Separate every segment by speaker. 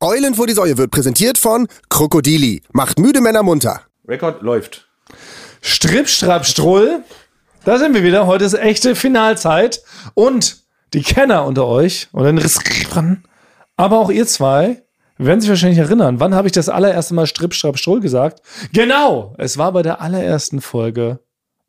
Speaker 1: Eulen vor die Säue wird präsentiert von Krokodili. Macht müde Männer munter.
Speaker 2: Rekord läuft.
Speaker 3: Strip, Strapp, Strull. Da sind wir wieder. Heute ist echte Finalzeit. Und die Kenner unter euch und den Riskern, aber auch ihr zwei, werden sich wahrscheinlich erinnern, wann habe ich das allererste Mal Strip, Strapp, Strull gesagt? Genau! Es war bei der allerersten Folge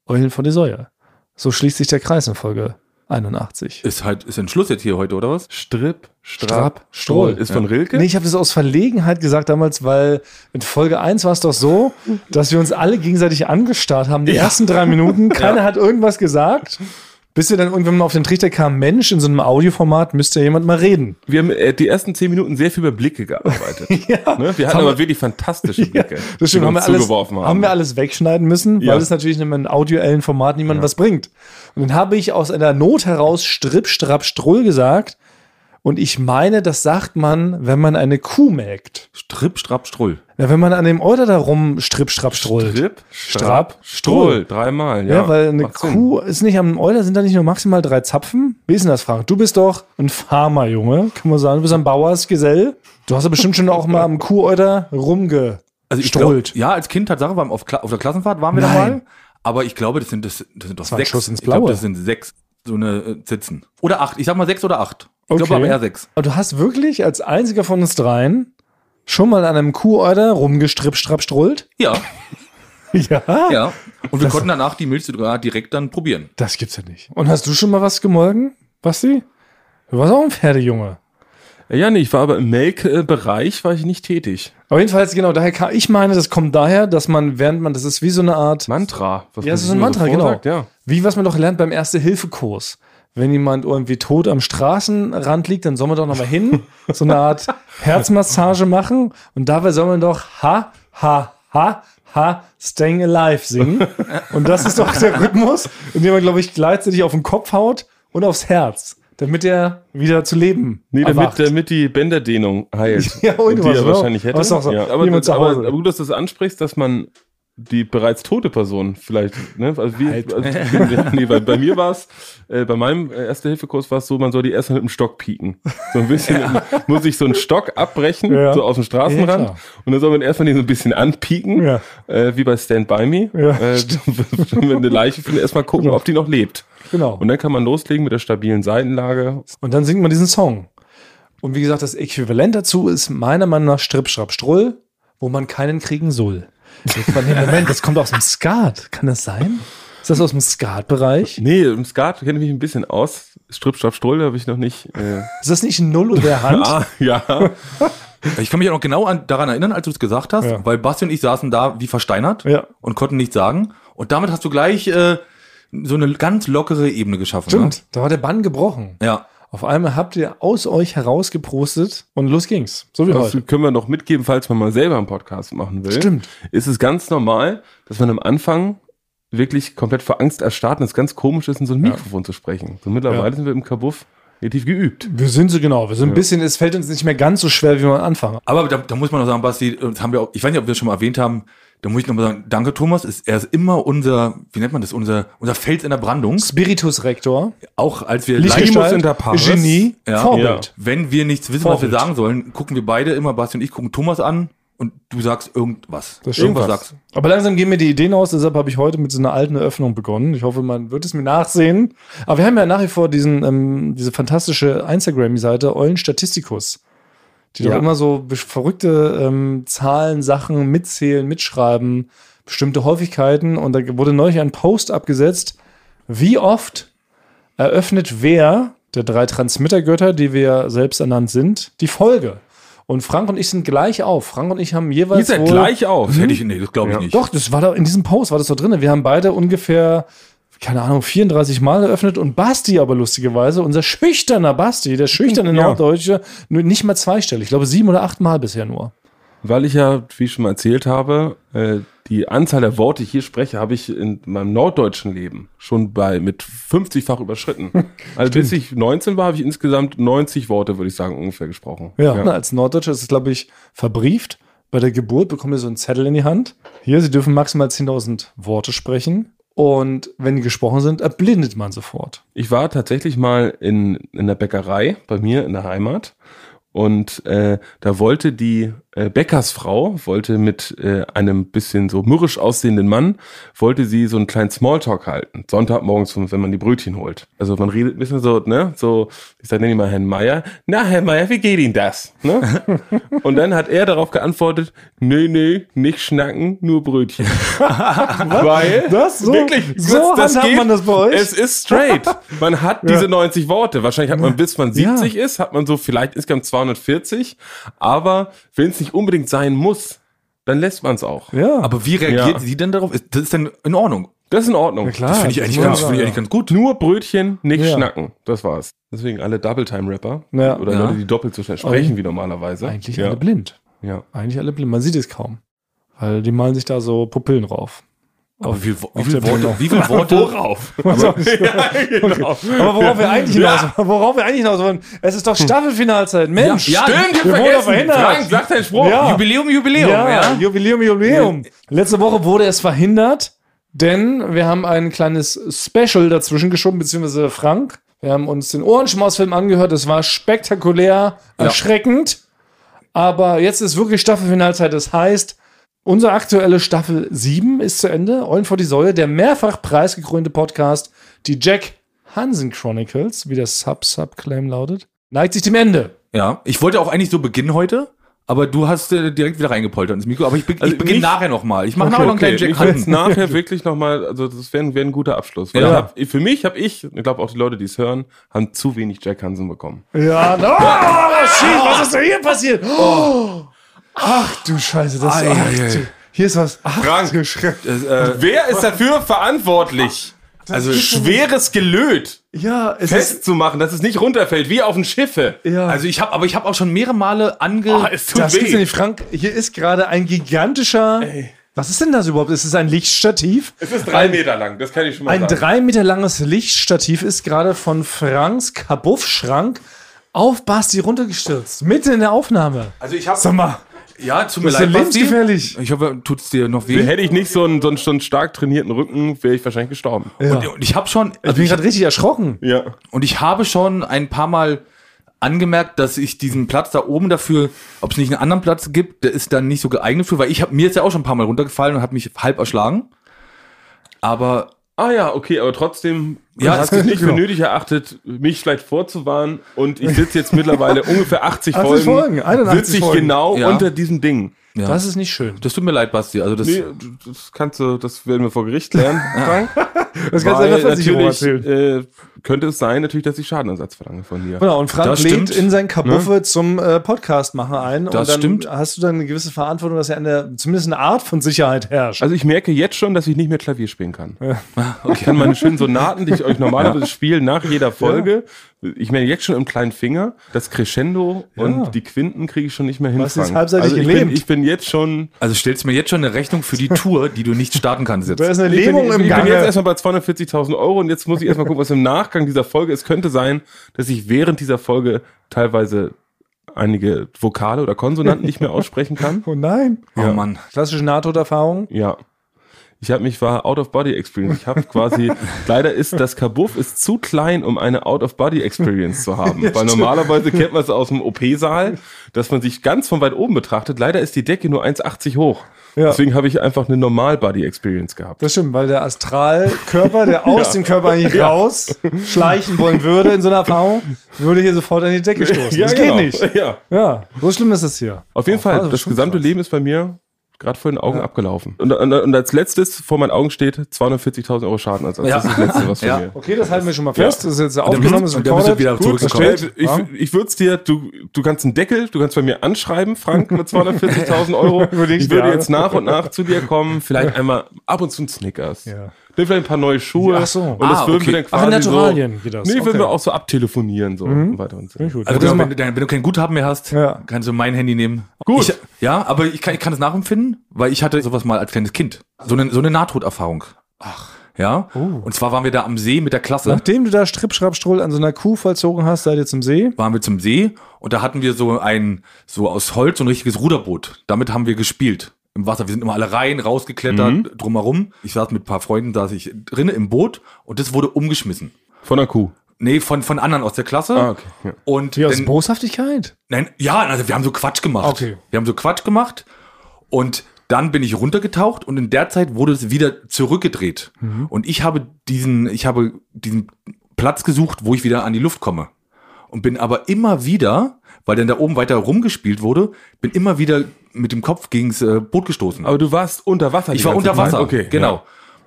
Speaker 3: Eulen von der Säue. So schließt sich der Kreis in Folge 81.
Speaker 2: Ist halt, ist ein Schluss jetzt hier heute, oder was? Strip,
Speaker 3: Strapp, Stroll.
Speaker 2: Ist von Rilke?
Speaker 3: Nee, ich habe das aus Verlegenheit gesagt damals, weil in Folge 1 war es doch so, dass wir uns alle gegenseitig angestarrt haben. Die ersten drei Minuten, keiner hat irgendwas gesagt. Bis wir dann irgendwann mal auf den Trichter kamen, Mensch, in so einem Audioformat müsste ja jemand mal reden.
Speaker 2: Wir haben äh, die ersten zehn Minuten sehr viel über Blicke gearbeitet.
Speaker 3: Ja.
Speaker 2: ne? Wir hatten aber wirklich fantastische Blicke,
Speaker 3: Das stimmt,
Speaker 2: die
Speaker 3: haben wir,
Speaker 2: uns
Speaker 3: alles,
Speaker 2: zugeworfen
Speaker 3: haben.
Speaker 2: haben.
Speaker 3: wir alles wegschneiden müssen,
Speaker 2: Ja.
Speaker 3: weil es natürlich in einem audioellen Format niemandem was bringt. Und dann habe ich aus einer Not heraus Strip, Strapp, Strull gesagt. Und ich meine, das sagt man, wenn man eine Kuh melkt.
Speaker 2: Strip, Strapp, Strull.
Speaker 3: Na, wenn man an dem Euter da rum stripp, strapp, strollt.
Speaker 2: Strip,
Speaker 3: Strapp,
Speaker 2: Strull.
Speaker 3: Strull.
Speaker 2: Dreimal, ja.
Speaker 3: Ja, weil eine
Speaker 2: Macht Sinn.
Speaker 3: Kuh ist nicht am Euter, sind da nicht nur maximal drei Zapfen? Wie ist denn das, Frank? Du bist doch ein Farmer, Junge, kann man sagen. Du bist ein Bauersgesell. Du hast ja bestimmt schon auch mal am Kuheuter rumge.
Speaker 2: Also ich glaube,
Speaker 3: Strollt.
Speaker 2: ja, als Kind Tatsache waren wir auf, Kla- auf der Klassenfahrt waren wir da
Speaker 3: Nein.
Speaker 2: mal. Aber ich glaube, das sind, das, das sind doch
Speaker 3: war ein
Speaker 2: sechs.
Speaker 3: Schuss ins
Speaker 2: ich glaube,
Speaker 3: Blaue.
Speaker 2: das sind sechs so eine äh, Sitzen. Oder acht. Ich sag mal sechs oder acht. Ich
Speaker 3: Okay.
Speaker 2: glaube aber eher sechs.
Speaker 3: Aber du hast wirklich als einziger von uns dreien schon mal an einem Kuheuter rumgestripp, strapp, strollt?
Speaker 2: Ja,
Speaker 3: Ja.
Speaker 2: ja. Und wir konnten danach die Milch sogar direkt dann probieren.
Speaker 3: Das gibt's ja nicht. Und hast du schon mal was gemolken, Basti? Du warst auch ein Pferdejunge.
Speaker 4: Ja, nee, ich war aber im Melk-Bereich, war ich nicht tätig.
Speaker 3: Aber jedenfalls, genau, daher kam, ich meine, das kommt daher, dass man, während man, das ist wie so eine Art,
Speaker 4: Mantra. Was
Speaker 3: ja,
Speaker 4: man
Speaker 3: es ist ein
Speaker 4: immer
Speaker 3: Mantra, genau.
Speaker 4: vorsagt, Ja.
Speaker 3: Wie was man doch lernt beim Erste-Hilfe-Kurs. Wenn jemand irgendwie tot am Straßenrand liegt, dann soll man doch nochmal hin, so eine Art Herzmassage machen und dabei soll man doch ha, ha, ha, ha, staying alive singen. Und das ist doch der Rhythmus, in dem man, glaube ich, gleichzeitig auf den Kopf haut und aufs Herz, damit er wieder zu leben
Speaker 4: Nee, damit,
Speaker 3: erwacht.
Speaker 4: damit die Bänderdehnung heilt.
Speaker 3: Ja, und
Speaker 4: die
Speaker 3: was,
Speaker 4: er
Speaker 3: genau.
Speaker 4: wahrscheinlich hätte.
Speaker 3: Aber ist doch so.
Speaker 4: Ja, aber,
Speaker 3: Niemand zu
Speaker 4: aber,
Speaker 3: Hause.
Speaker 4: aber gut, dass du das ansprichst, dass man die bereits tote Person vielleicht, ne? Also wie,
Speaker 3: Halt.
Speaker 4: also, nee, bei, bei mir war es, äh, bei meinem äh, Erste-Hilfe-Kurs war es so, man soll die erst halt mit dem Stock pieken. So ein bisschen muss ich so einen Stock abbrechen,
Speaker 3: Ja.
Speaker 4: so aus dem
Speaker 3: Ja,
Speaker 4: Straßenrand.
Speaker 3: klar.
Speaker 4: und dann soll man erstmal den so ein bisschen anpieken,
Speaker 3: Ja.
Speaker 4: äh, wie bei Stand By Me.
Speaker 3: Ja,
Speaker 4: äh, wenn wir eine Leiche finden, erstmal gucken, ob die noch lebt.
Speaker 3: genau.
Speaker 4: Und dann kann man loslegen mit der stabilen Seitenlage.
Speaker 3: Und dann singt man diesen Song. Und wie gesagt, das Äquivalent dazu ist meiner Meinung nach Strip, Schrapp, Strull, wo man keinen kriegen soll. Jetzt man, nee, Moment, das kommt aus dem Skat. Kann das sein? Ist das aus dem Skat-Bereich?
Speaker 4: Nee, im Skat kenne ich mich ein bisschen aus. Strip, Strap, Stroll habe ich noch nicht. Äh,
Speaker 3: Ist das nicht ein Null oder der Hand?
Speaker 4: ah, ja.
Speaker 2: Ich kann mich auch noch genau an, daran erinnern, als du es gesagt hast,
Speaker 3: Ja.
Speaker 2: weil Basti und ich saßen da wie versteinert
Speaker 3: Ja.
Speaker 2: und konnten nichts sagen. Und damit hast du gleich äh, so eine ganz lockere Ebene geschaffen.
Speaker 3: Stimmt, da war der Bann gebrochen.
Speaker 2: Ne? Ja.
Speaker 3: Auf einmal habt ihr aus euch herausgeprostet und los ging's. So wie
Speaker 4: Das
Speaker 3: heute.
Speaker 4: können wir noch mitgeben, falls man mal selber einen Podcast machen will.
Speaker 3: Stimmt.
Speaker 4: Ist es ganz normal, dass man am Anfang wirklich komplett vor Angst erstarrt und es ganz komisch ist, in so ein Mikrofon zu sprechen. So mittlerweile
Speaker 3: Ja.
Speaker 4: sind wir im Kabuff relativ geübt.
Speaker 3: Wir sind so genau. Wir sind ein bisschen, es fällt uns nicht mehr ganz so schwer, wie wir am Anfang.
Speaker 2: Aber da, da muss man auch sagen, Basti, äh, das haben wir auch, ich weiß nicht, ob wir es schon mal erwähnt haben, da muss ich nochmal sagen, danke Thomas, ist, er ist immer unser, wie nennt man das, unser, unser Fels in der Brandung.
Speaker 3: Spiritus Rector,
Speaker 2: Auch als wir
Speaker 4: Lichtgestalt.
Speaker 2: live-
Speaker 4: Primus inter pares.
Speaker 3: Genie,
Speaker 2: Ja.
Speaker 3: Vorbild.
Speaker 2: wenn wir nichts wissen, was wir
Speaker 3: Vorbild.
Speaker 2: sagen sollen, gucken wir beide immer, Basti und ich gucken Thomas an und du sagst irgendwas.
Speaker 3: Das stimmt.
Speaker 2: irgendwas sagst.
Speaker 3: Aber langsam gehen mir die Ideen aus, deshalb habe ich heute mit so einer alten Eröffnung begonnen. Ich hoffe, man wird es mir nachsehen. Aber wir haben ja nach wie vor diesen, ähm, diese fantastische Instagram-Seite Eulen Statistikus, die
Speaker 4: Ja.
Speaker 3: doch immer so be- verrückte ähm, Zahlen, Sachen mitzählen, mitschreiben, bestimmte Häufigkeiten. Und da wurde neulich ein Post abgesetzt, wie oft eröffnet wer der drei Transmittergötter, die wir selbst ernannt sind, die Folge. Und Frank und ich sind gleich auf. Frank und ich haben jeweils
Speaker 4: Ihr seid
Speaker 3: wohl
Speaker 4: gleich auf.
Speaker 2: Oh, Das hätte ich, nee, das glaube ich
Speaker 4: Ja.
Speaker 2: nicht.
Speaker 3: doch, das war da in diesem Post war das da drin. Wir haben beide ungefähr, keine Ahnung, 34 Mal eröffnet und Basti aber lustigerweise, unser schüchterner Basti, der schüchterne
Speaker 4: Ja.
Speaker 3: Norddeutsche, nur nicht mal zweistellig. Ich glaube, sieben oder acht Mal bisher nur.
Speaker 4: Weil ich ja, wie ich schon mal erzählt habe, äh, die Anzahl der Worte, die ich hier spreche, habe ich in meinem norddeutschen Leben schon bei mit 50-fach überschritten. Also bis ich 19 war, habe ich insgesamt 90 Worte, würde ich sagen, ungefähr gesprochen.
Speaker 3: Ja. Na, als Norddeutscher ist es, glaube ich, verbrieft. Bei der Geburt bekommen wir so einen Zettel in die Hand. Hier, Sie dürfen maximal 10.000 Worte sprechen. Und wenn die gesprochen sind, erblindet man sofort.
Speaker 4: Ich war tatsächlich mal in, in der Bäckerei bei mir in der Heimat Und äh, da wollte die äh, Bäckersfrau, wollte mit äh, einem bisschen so mürrisch aussehenden Mann, wollte sie so einen kleinen Smalltalk halten. Sonntagmorgens, wenn man die Brötchen holt. Also man redet ein bisschen so, ne, so, ich sage, nenne ich mal Herrn Meier. Na, Herr Meier, wie geht Ihnen das? Ne? Und dann hat er darauf geantwortet, nee, nee, nicht schnacken, nur Brötchen. Weil,
Speaker 3: Das so,
Speaker 4: Wirklich,
Speaker 3: so
Speaker 4: das- das
Speaker 3: handhabt
Speaker 4: geht.
Speaker 3: man das bei euch.
Speaker 4: Es ist straight. Man hat diese 90 Worte. Wahrscheinlich hat man, bis man
Speaker 3: Ja.
Speaker 4: 70 ist, hat man so vielleicht insgesamt 240. Aber wenn es nicht unbedingt sein muss, dann lässt man es auch.
Speaker 3: ja.
Speaker 2: Aber wie reagiert
Speaker 4: Ja.
Speaker 2: sie denn darauf? Ist, das ist dann in Ordnung.
Speaker 4: Das ist in Ordnung.
Speaker 2: Das finde ich, eigentlich
Speaker 3: muss man
Speaker 2: ganz- finde ich
Speaker 3: sagen.
Speaker 2: eigentlich ganz gut.
Speaker 4: Nur Brötchen, nicht
Speaker 3: Ja.
Speaker 4: schnacken. Das war's. Deswegen alle Double-Time-Rapper
Speaker 3: Ja.
Speaker 4: oder
Speaker 2: Ja.
Speaker 4: Leute, die doppelt so schnell sprechen wie normalerweise.
Speaker 3: Eigentlich
Speaker 4: ja.
Speaker 3: alle blind.
Speaker 4: Ja.
Speaker 3: Eigentlich alle blind. Man sieht es kaum. Weil die malen sich da so Pupillen rauf.
Speaker 2: Aber wie, wie,
Speaker 3: der
Speaker 2: viele
Speaker 3: Bühne.
Speaker 2: Worte, wie viele Worte,
Speaker 4: Worauf?
Speaker 3: Aber worauf wir eigentlich hinaus, worauf wir eigentlich hinaus wollen, es ist doch Staffelfinalzeit. Mensch,
Speaker 2: Ja, stimmt,
Speaker 3: wir wurden doch
Speaker 4: Frank,
Speaker 3: verhindert.
Speaker 4: sag deinen Spruch.
Speaker 3: Ja.
Speaker 2: Jubiläum, Jubiläum,
Speaker 3: ja,
Speaker 2: ja?
Speaker 3: Jubiläum, Jubiläum. Letzte Woche wurde es verhindert, denn wir haben ein kleines Special dazwischen geschoben, beziehungsweise Frank. Wir haben uns den Ohrenschmausfilm angehört. Es war spektakulär, erschreckend. Aber jetzt ist wirklich Staffelfinalzeit. Das heißt, unsere aktuelle Staffel 7 ist zu Ende. Eulen vor die Säule, der mehrfach preisgekrönte Podcast, die Jack Hansen Chronicles, wie das Sub-Sub-Claim lautet, neigt sich dem Ende.
Speaker 2: Ja, ich wollte auch eigentlich so beginnen heute, aber du hast äh, direkt wieder reingepoltert ins Mikro. Aber ich, be
Speaker 4: Also
Speaker 2: ich beginne
Speaker 4: nicht-
Speaker 2: nachher nochmal. Ich mache
Speaker 4: Okay,
Speaker 2: nachher noch
Speaker 4: okay.
Speaker 2: einen kleinen
Speaker 4: ich
Speaker 2: Jack
Speaker 4: will
Speaker 2: Hansen.
Speaker 4: nachher wirklich nochmal, also das wäre wär ein guter Abschluss. Weil
Speaker 2: Ja.
Speaker 4: ich hab, für mich habe ich, ich glaube auch die Leute, die es hören, haben zu wenig Jack Hansen bekommen.
Speaker 3: Ja, no, oh, shit, was ist denn hier passiert? Oh. Ach du Scheiße, das
Speaker 2: Ei, ei,
Speaker 3: ist. Ach,
Speaker 2: ei.
Speaker 3: du, hier ist was. Ach,
Speaker 4: Frank.
Speaker 3: du Schreck.
Speaker 2: Das, äh,
Speaker 4: Wer ist dafür verantwortlich?
Speaker 2: also
Speaker 4: Schweres Gelöt
Speaker 3: Ja, es ist.
Speaker 4: festzumachen, dass es nicht runterfällt, wie auf ein Schiffe.
Speaker 3: Ja.
Speaker 2: Also ich habe, aber ich habe auch schon mehrere Male ange.
Speaker 4: Ah, es tut
Speaker 3: das
Speaker 4: weh.
Speaker 3: gibt's ja nicht, Frank. Hier ist gerade ein gigantischer. Was ist denn das überhaupt? Ist es ein Lichtstativ?
Speaker 4: Es ist drei Meter lang, das kann ich schon mal
Speaker 3: Ein
Speaker 4: sagen.
Speaker 3: drei Meter langes Lichtstativ ist gerade von Franks Kabuff-Schrank auf Basti runtergestürzt. Mitten in der Aufnahme.
Speaker 2: Also ich habe.
Speaker 3: Sag mal,
Speaker 2: Ja, tut mir
Speaker 3: das ist ja
Speaker 2: leid. Basti.
Speaker 3: lebensgefährlich.
Speaker 2: Ich hoffe, tut's dir noch weh.
Speaker 4: Hätte ich nicht so einen, so einen, so einen stark trainierten Rücken, wäre ich wahrscheinlich gestorben.
Speaker 3: Ja.
Speaker 2: Und ich habe schon,
Speaker 3: Ich
Speaker 2: also
Speaker 3: bin
Speaker 2: ich,
Speaker 3: gerade richtig erschrocken.
Speaker 4: Ja.
Speaker 2: und ich habe schon ein paar Mal angemerkt, dass ich diesen Platz da oben dafür, ob es nicht einen anderen Platz gibt, der ist dann nicht so geeignet für, weil ich habe mir ist ja auch schon ein paar Mal runtergefallen und habe mich halb erschlagen. Aber
Speaker 4: Ah ja, okay, aber trotzdem
Speaker 2: Ja,
Speaker 4: ja,
Speaker 2: das
Speaker 4: hast du es
Speaker 2: kann
Speaker 4: nicht
Speaker 2: ich
Speaker 4: für
Speaker 2: noch.
Speaker 4: nötig erachtet, mich vielleicht vorzuwarnen und ich sitze jetzt mittlerweile ungefähr 80 Folgen,
Speaker 3: 80 Folgen, 81
Speaker 4: sitze ich
Speaker 3: Folgen.
Speaker 4: genau
Speaker 2: Ja.
Speaker 4: unter diesem Ding.
Speaker 2: Ja.
Speaker 3: Das ist nicht schön.
Speaker 2: das tut mir leid, Basti. Also das,
Speaker 4: Nee, das kannst du, das werden wir vor Gericht lernen, Frank.
Speaker 3: Das
Speaker 4: Weil
Speaker 3: selber von sich rum
Speaker 4: natürlich äh, könnte es sein, natürlich, dass ich Schadenersatz verlange von dir.
Speaker 3: Genau, und Frank
Speaker 2: Das
Speaker 3: lädt
Speaker 2: stimmt. ne?
Speaker 3: in sein Kabuffe zum äh, Podcast machen ein. und
Speaker 2: Das
Speaker 3: dann
Speaker 2: stimmt.
Speaker 3: hast du dann eine gewisse Verantwortung, dass ja eine, zumindest eine Art von Sicherheit herrscht.
Speaker 4: Also ich merke jetzt schon, dass ich nicht mehr Klavier spielen kann. Ich kann meine schönen Sonaten, die ich euch normalerweise spiele, nach jeder Folge. Ich merke jetzt schon im kleinen Finger, das Crescendo und die Quinten kriege ich schon nicht mehr hin.
Speaker 3: hast
Speaker 4: Frank.
Speaker 3: es halbseitig
Speaker 4: ich, bin,
Speaker 3: gelähmt.
Speaker 4: ich bin jetzt schon.
Speaker 2: also stellst du mir jetzt schon eine Rechnung für die Tour, die du nicht starten kannst jetzt.
Speaker 3: da ist eine
Speaker 4: Ich
Speaker 3: Lähmung
Speaker 4: bin,
Speaker 3: im
Speaker 4: ich bin
Speaker 3: Gange.
Speaker 4: jetzt erstmal bei 240.000 Euro und jetzt muss ich erstmal gucken, was im Nachgang dieser Folge ist. Könnte sein, dass ich während dieser Folge teilweise einige Vokale oder Konsonanten nicht mehr aussprechen kann.
Speaker 3: oh nein.
Speaker 2: Oh Mann.
Speaker 3: Klassische Nahtoderfahrung.
Speaker 4: Ja. Ich habe mich war out of body experience. Ich habe quasi leider ist das Kabuff ist zu klein, um eine out of body experience zu haben, weil normalerweise kennt man es aus dem OP Saal, dass man sich ganz von weit oben betrachtet. Leider ist die Decke nur 1,80 hoch.
Speaker 3: Ja.
Speaker 4: Deswegen habe ich einfach eine normal body experience gehabt.
Speaker 3: Das stimmt, weil der Astralkörper, der aus dem Körper eigentlich raus schleichen wollen würde in so einer Erfahrung, würde hier sofort an die Decke stoßen. das
Speaker 4: genau.
Speaker 3: geht nicht.
Speaker 4: Ja.
Speaker 3: Ja, so schlimm ist das hier.
Speaker 4: Auf jeden
Speaker 3: krass,
Speaker 4: Fall,
Speaker 3: das
Speaker 4: das
Speaker 3: ist schon
Speaker 4: gesamte
Speaker 3: krass.
Speaker 4: Leben ist bei mir gerade vor den Augen abgelaufen. Und, und, und als letztes vor meinen Augen steht 240.000 Euro Schadenersatz.
Speaker 2: Ja.
Speaker 4: Das ist das letzte, was von
Speaker 2: Ja.
Speaker 4: mir.
Speaker 3: Okay, das halten wir schon mal fest. Das ist jetzt
Speaker 2: bist-
Speaker 3: aufgenommen, ist
Speaker 2: und dann bist du
Speaker 3: recorded.
Speaker 2: wieder
Speaker 3: Gut,
Speaker 2: zurückgekommen.
Speaker 3: versteht.
Speaker 4: Ich, ich würde es dir, du, du kannst einen Deckel, du kannst bei mir anschreiben, Frank, mit 240.000 Euro.
Speaker 3: Überlegst
Speaker 4: Ich würde
Speaker 3: dir,
Speaker 4: jetzt nach und nach zu dir kommen, vielleicht einmal ab und zu einen Snickers.
Speaker 3: Ja.
Speaker 4: Dann vielleicht ein paar neue Schuhe.
Speaker 3: Ach so.
Speaker 4: Und
Speaker 2: Ah,
Speaker 4: das würden
Speaker 2: okay.
Speaker 4: wir dann
Speaker 3: Ach,
Speaker 4: quasi
Speaker 3: in Naturalien
Speaker 4: so,
Speaker 3: geht das.
Speaker 4: Nee,
Speaker 3: Okay. Mhm.
Speaker 4: würden wir auch so abtelefonieren, so im weiteren Sinne.
Speaker 3: Gut,
Speaker 2: Also
Speaker 3: das
Speaker 2: genau,
Speaker 3: mal-
Speaker 2: wenn, du, dein- wenn du kein Guthaben mehr hast,
Speaker 3: Ja.
Speaker 2: kannst du mein Handy nehmen.
Speaker 4: Gut.
Speaker 2: Ich, ja, aber ich kann, ich kann es nachempfinden, weil ich hatte sowas mal als kleines Kind. So eine, so eine Nahtoderfahrung. Ach. Ja. Und zwar waren wir da am See mit der Klasse.
Speaker 3: Nachdem du da Strippschrappstroll an so einer Kuh vollzogen hast, seid ihr zum See.
Speaker 2: waren wir zum See und da hatten wir so ein, so aus Holz so ein richtiges Ruderboot. Damit haben wir gespielt im Wasser. Wir sind immer alle rein, rausgeklettert, drumherum. Ich saß mit ein paar Freunden, saß ich drinne im Boot und das wurde umgeschmissen.
Speaker 4: Von der Kuh.
Speaker 2: Nee, von, von anderen aus der Klasse.
Speaker 4: Ah, okay, ja.
Speaker 2: Und
Speaker 3: Wie aus
Speaker 2: dann-
Speaker 3: Boshaftigkeit?
Speaker 2: Nein, ja, also wir haben so Quatsch gemacht.
Speaker 3: Okay.
Speaker 2: Wir haben so Quatsch gemacht und dann bin ich runtergetaucht und in der Zeit wurde es wieder zurückgedreht.
Speaker 3: Mhm.
Speaker 2: Und ich habe diesen, ich habe diesen Platz gesucht, wo ich wieder an die Luft komme. Und bin aber immer wieder, weil dann da oben weiter rumgespielt wurde, bin immer wieder mit dem Kopf gegens äh, Boot gestoßen.
Speaker 4: Aber du warst unter Wasser. die
Speaker 2: Ich war
Speaker 4: ganze
Speaker 2: unter Wasser.
Speaker 4: Zeit. ne? Okay,
Speaker 2: genau.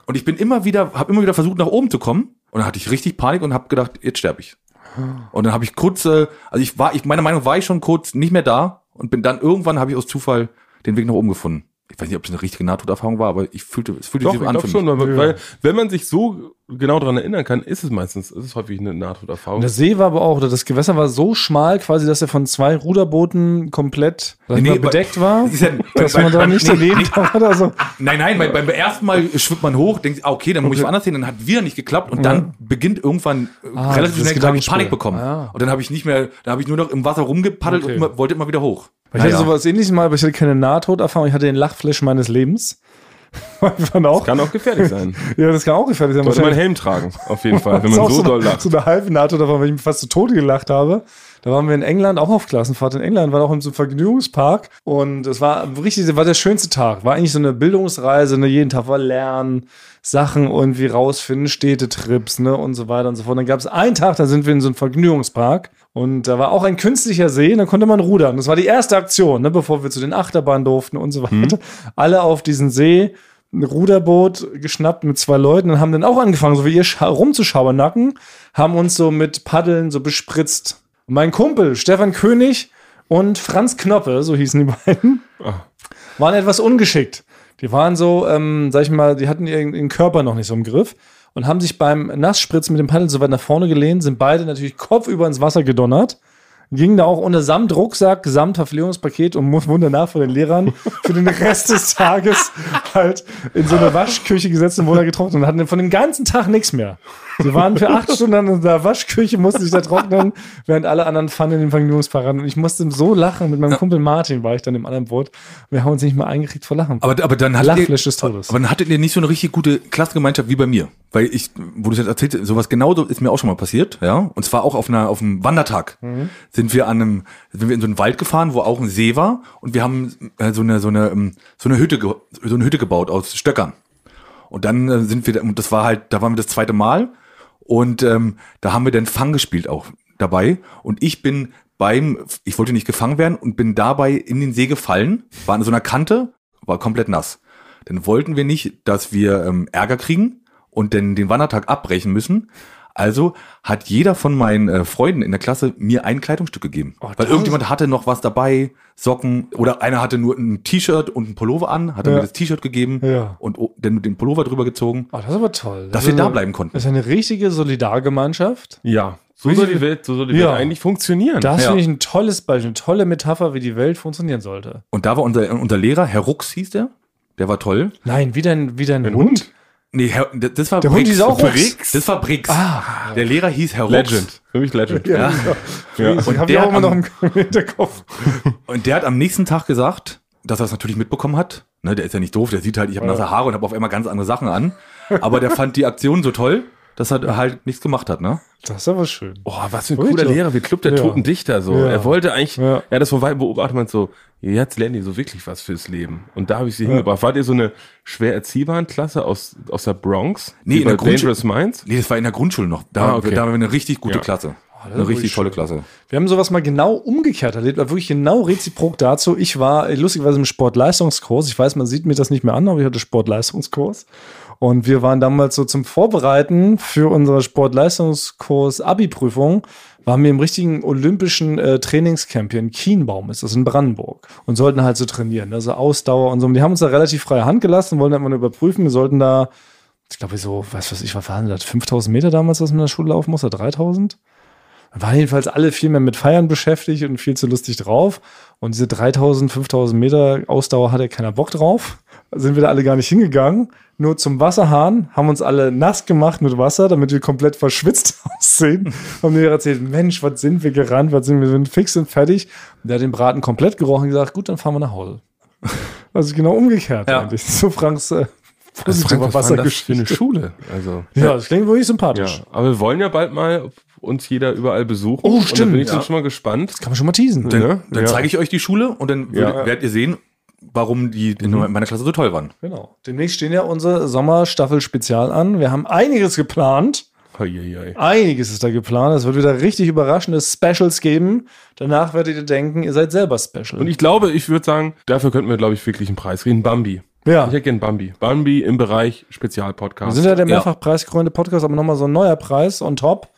Speaker 2: Und ich bin immer wieder, habe immer wieder versucht, nach oben zu kommen. Und dann hatte ich richtig Panik und habe gedacht, jetzt sterbe ich. Und dann habe ich kurz, äh, also ich war, ich meiner Meinung nach war ich schon kurz nicht mehr da und bin dann irgendwann habe ich aus Zufall den Weg nach oben gefunden. Ich weiß nicht, ob es eine richtige Nahtoderfahrung war, aber ich fühlte, es fühlte
Speaker 4: Doch,
Speaker 2: sich
Speaker 4: ich
Speaker 2: so an
Speaker 4: glaube
Speaker 2: für
Speaker 4: schon,
Speaker 2: mich.
Speaker 4: weil, weil wenn man sich so genau daran erinnern kann, ist es meistens, ist es häufig eine Nahtoderfahrung.
Speaker 3: Und der See war aber auch, oder das Gewässer war so schmal quasi, dass er von zwei Ruderbooten komplett sag ich
Speaker 2: Nee,
Speaker 3: mal,
Speaker 2: aber-
Speaker 3: bedeckt war,
Speaker 2: Das ist ja-
Speaker 3: dass
Speaker 2: bei-
Speaker 3: man da
Speaker 2: bei-
Speaker 3: nicht
Speaker 2: nee,
Speaker 3: daneben hat. Also,
Speaker 2: Nein, nein, beim, beim ersten Mal schwimmt man hoch, denkt, ah, okay, dann muss ich woanders hin, dann hat wieder nicht geklappt und dann beginnt irgendwann äh,
Speaker 3: Ah, dieses
Speaker 2: relativ schnell habe ich
Speaker 3: Gedankenspiel.
Speaker 2: Panik bekommen.
Speaker 3: Ah.
Speaker 2: Und dann habe ich nicht mehr, da habe ich nur noch im Wasser rumgepaddelt
Speaker 3: Okay.
Speaker 2: und immer, wollte immer wieder hoch.
Speaker 3: ich hatte
Speaker 2: Naja.
Speaker 3: sowas ähnliches mal, aber ich hatte keine Nahtoderfahrung, ich hatte den Lachflash meines Lebens. Einfach auch.
Speaker 4: kann auch gefährlich sein.
Speaker 3: ja, das kann auch gefährlich sein.
Speaker 4: Du solltest mal einen
Speaker 3: wahrscheinlich.
Speaker 4: Helm tragen, auf jeden Fall, wenn
Speaker 3: Das ist
Speaker 4: man
Speaker 3: auch
Speaker 4: so doll
Speaker 3: eine,
Speaker 4: lacht.
Speaker 3: so eine halbe Nahtoderfahrung, weil ich mich fast zu Tode gelacht habe. Da waren wir in England, auch auf Klassenfahrt in England, waren auch in so einem Vergnügungspark. Und es war richtig, das war der schönste Tag. War eigentlich so eine Bildungsreise, ne? jeden Tag war Lernen, Sachen irgendwie rausfinden, Städtetrips ne? und so weiter und so fort. Dann gab es einen Tag, da sind wir in so einem Vergnügungspark. Und da war auch ein künstlicher See, und da konnte man rudern. Das war die erste Aktion, ne? bevor wir zu den Achterbahnen durften und so
Speaker 4: Hm.
Speaker 3: weiter. Alle auf diesen See ein Ruderboot geschnappt mit zwei Leuten und haben dann auch angefangen, so wie ihr scha- rumzuschabernacken, haben uns so mit Paddeln so bespritzt. Und mein Kumpel, Stefan König und Franz Knoppe, so hießen die beiden, waren etwas ungeschickt. Die waren so, ähm, sag ich mal, die hatten ihren, ihren Körper noch nicht so im Griff und haben sich beim Nassspritzen mit dem Paddel so weit nach vorne gelehnt, sind beide natürlich kopfüber ins Wasser gedonnert ging da auch unter samt Rucksack, samt Verpflegungspaket und mu- wurde danach von den Lehrern für den Rest des Tages halt in so eine Waschküche gesetzt und wurde da getrocknet und hatten von dem ganzen Tag nichts mehr. Sie waren für acht Stunden in der Waschküche, mussten sich da trocknen, während alle anderen fanden in den Vergnügungspark ran. Und ich musste so lachen. Mit meinem Kumpel Martin war ich dann im anderen Boot. Wir haben uns nicht mal eingekriegt vor Lachen.
Speaker 2: Aber, aber dann hattet
Speaker 3: Lachflash
Speaker 2: ihr,
Speaker 3: des Todes.
Speaker 2: aber dann hattet ihr nicht so eine richtig gute Klassengemeinschaft wie bei mir. Weil ich, wo du es jetzt erzählt hast, sowas genau so ist mir auch schon mal passiert, ja. Und zwar auch auf einer, auf einem Wandertag.
Speaker 3: Mhm.
Speaker 2: Sind wir an einem, sind wir in so einen Wald gefahren, wo auch ein See war und wir haben äh, so eine, so eine, ähm, so eine Hütte, ge- so eine Hütte gebaut aus Stöckern. Und dann äh, sind wir, da- und das war halt, da waren wir das zweite Mal und ähm, da haben wir dann Fang gespielt auch dabei. Und ich bin beim, ich wollte nicht gefangen werden und bin dabei in den See gefallen, war an so einer Kante, war komplett nass. Dann wollten wir nicht, dass wir ähm, Ärger kriegen und dann den Wandertag abbrechen müssen. Also hat jeder von meinen äh, Freunden in der Klasse mir ein Kleidungsstück gegeben.
Speaker 3: das
Speaker 2: weil irgendjemand hatte noch was dabei, Socken oder einer hatte nur ein T-Shirt und ein Pullover an, hat er
Speaker 3: Ja.
Speaker 2: mir das T-Shirt gegeben
Speaker 3: Ja.
Speaker 2: und o- dann den Pullover drüber gezogen.
Speaker 3: Oh, das ist aber toll. Das
Speaker 2: Dass wir
Speaker 3: ist
Speaker 2: da
Speaker 3: eine-
Speaker 2: bleiben konnten.
Speaker 3: Das ist eine richtige Solidargemeinschaft.
Speaker 4: Ja, so soll die Welt, so soll die
Speaker 3: Ja.
Speaker 4: Welt eigentlich funktionieren.
Speaker 3: Das
Speaker 2: Ja.
Speaker 3: finde ich ein tolles Beispiel, eine tolle Metapher, wie die Welt funktionieren sollte.
Speaker 2: Und da war unser, unser Lehrer, Herr Rux hieß der, der war toll.
Speaker 3: Nein, wie dein, wie dein
Speaker 4: Ein
Speaker 3: Hund.
Speaker 4: Hund.
Speaker 2: Nee, Herr, das das war
Speaker 3: Der Hund hieß auch Rux.
Speaker 2: Briggs. Das war Briggs. Ah, der Lehrer hieß Herr Rux.
Speaker 4: Legend. Für mich Legend.
Speaker 2: Ja.
Speaker 4: Ja.
Speaker 3: Ich
Speaker 2: Und
Speaker 3: habe ja
Speaker 2: der
Speaker 3: auch immer
Speaker 2: hat
Speaker 3: noch
Speaker 2: am-
Speaker 3: im Hinterkopf.
Speaker 2: Und der hat am nächsten Tag gesagt, dass er es natürlich mitbekommen hat. Ne, der ist ja nicht doof, der sieht halt, ich habe nasse Haare und habe auf einmal ganz andere Sachen an. Aber der fand die Aktion so toll, dass er halt nichts gemacht hat. Ne?
Speaker 3: Das ist aber schön.
Speaker 4: Oh, was für ein
Speaker 3: Richtig.
Speaker 4: cooler Lehrer, wie Club der
Speaker 3: Ja.
Speaker 4: toten Dichter so.
Speaker 3: Ja.
Speaker 4: Er wollte eigentlich,
Speaker 3: Ja.
Speaker 4: ja. das von weitem beobachtet man so, jetzt lernen die so wirklich was fürs Leben. Und da habe ich sie hingebracht. Wart ihr so eine schwer erziehbaren Klasse aus, aus der Bronx?
Speaker 2: Nee,
Speaker 4: Wie
Speaker 2: in
Speaker 4: bei
Speaker 2: der Grundschu-
Speaker 4: Dangerous Minds?
Speaker 2: Nee, das war in der Grundschule noch. Da,
Speaker 4: Ah, okay.
Speaker 2: da haben wir eine richtig gute
Speaker 4: Ja.
Speaker 2: Klasse.
Speaker 3: das ist
Speaker 2: eine richtig
Speaker 3: ruhig
Speaker 2: tolle
Speaker 3: schön.
Speaker 2: Klasse.
Speaker 3: Wir haben sowas mal genau umgekehrt erlebt, aber wirklich genau reziprok dazu. Ich war äh, lustigerweise im Sportleistungskurs. Ich weiß, man sieht mir das nicht mehr an, aber ich hatte Sportleistungskurs. Und wir waren damals so zum Vorbereiten für unsere Sportleistungskurs-Abi-Prüfung, waren wir im richtigen olympischen äh, Trainingscamp hier in Kienbaum, ist das in Brandenburg. Und sollten halt so trainieren, also Ausdauer und so. Und die haben uns da relativ freie Hand gelassen, wollten einfach nur überprüfen. Wir sollten da, ich glaube, so, was weiß ich, was waren das, 5000 Meter damals, was man in der Schule laufen muss, oder 3000? waren jedenfalls alle viel mehr mit Feiern beschäftigt und viel zu lustig drauf. Und diese 3000, 5000 Meter Ausdauer hatte keiner Bock drauf. Sind wir da alle gar nicht hingegangen. Nur zum Wasserhahn, haben uns alle nass gemacht mit Wasser, damit wir komplett verschwitzt aussehen. Haben wir erzählt, Mensch, was sind wir gerannt, was sind wir, wir sind fix und fertig. Und der hat den Braten komplett gerochen und gesagt, gut, dann fahren wir nach Hause. Also genau umgekehrt
Speaker 2: Ja.
Speaker 3: eigentlich. So Franks äh,
Speaker 4: Das
Speaker 3: Vorsicht,
Speaker 4: Also was war das für eine Schule? Also,
Speaker 3: Ja, das klingt wirklich
Speaker 4: ja.
Speaker 3: sympathisch.
Speaker 4: Aber wir wollen ja bald mal ob uns jeder überall besuchen.
Speaker 3: Oh,
Speaker 4: Und da
Speaker 3: stimmt,
Speaker 4: bin ich
Speaker 3: ja.
Speaker 4: dann schon mal gespannt.
Speaker 3: Kann man schon mal teasen.
Speaker 2: Dann,
Speaker 4: Ja,
Speaker 2: dann
Speaker 4: ja.
Speaker 2: zeige ich euch die Schule und dann würd-
Speaker 4: Ja.
Speaker 2: werdet ihr sehen, warum die in meiner Klasse so toll waren.
Speaker 3: Genau. Demnächst stehen ja unsere Sommerstaffel-Spezial an. Wir haben einiges geplant.
Speaker 4: Eieiei.
Speaker 3: Einiges ist da geplant. Es wird wieder richtig überraschende Specials geben. Danach werdet ihr denken, ihr seid selber Special.
Speaker 4: Und ich glaube, ich würde sagen, dafür könnten wir, glaube ich, wirklich einen Preis reden. Bambi.
Speaker 3: ja,
Speaker 4: Ich hätte gern Bambi. Bambi im Bereich
Speaker 3: wir
Speaker 4: Spezialpodcast.
Speaker 3: sind ja der
Speaker 2: Ja.
Speaker 3: mehrfach preisgekrönte Podcast, aber nochmal so ein neuer Preis on top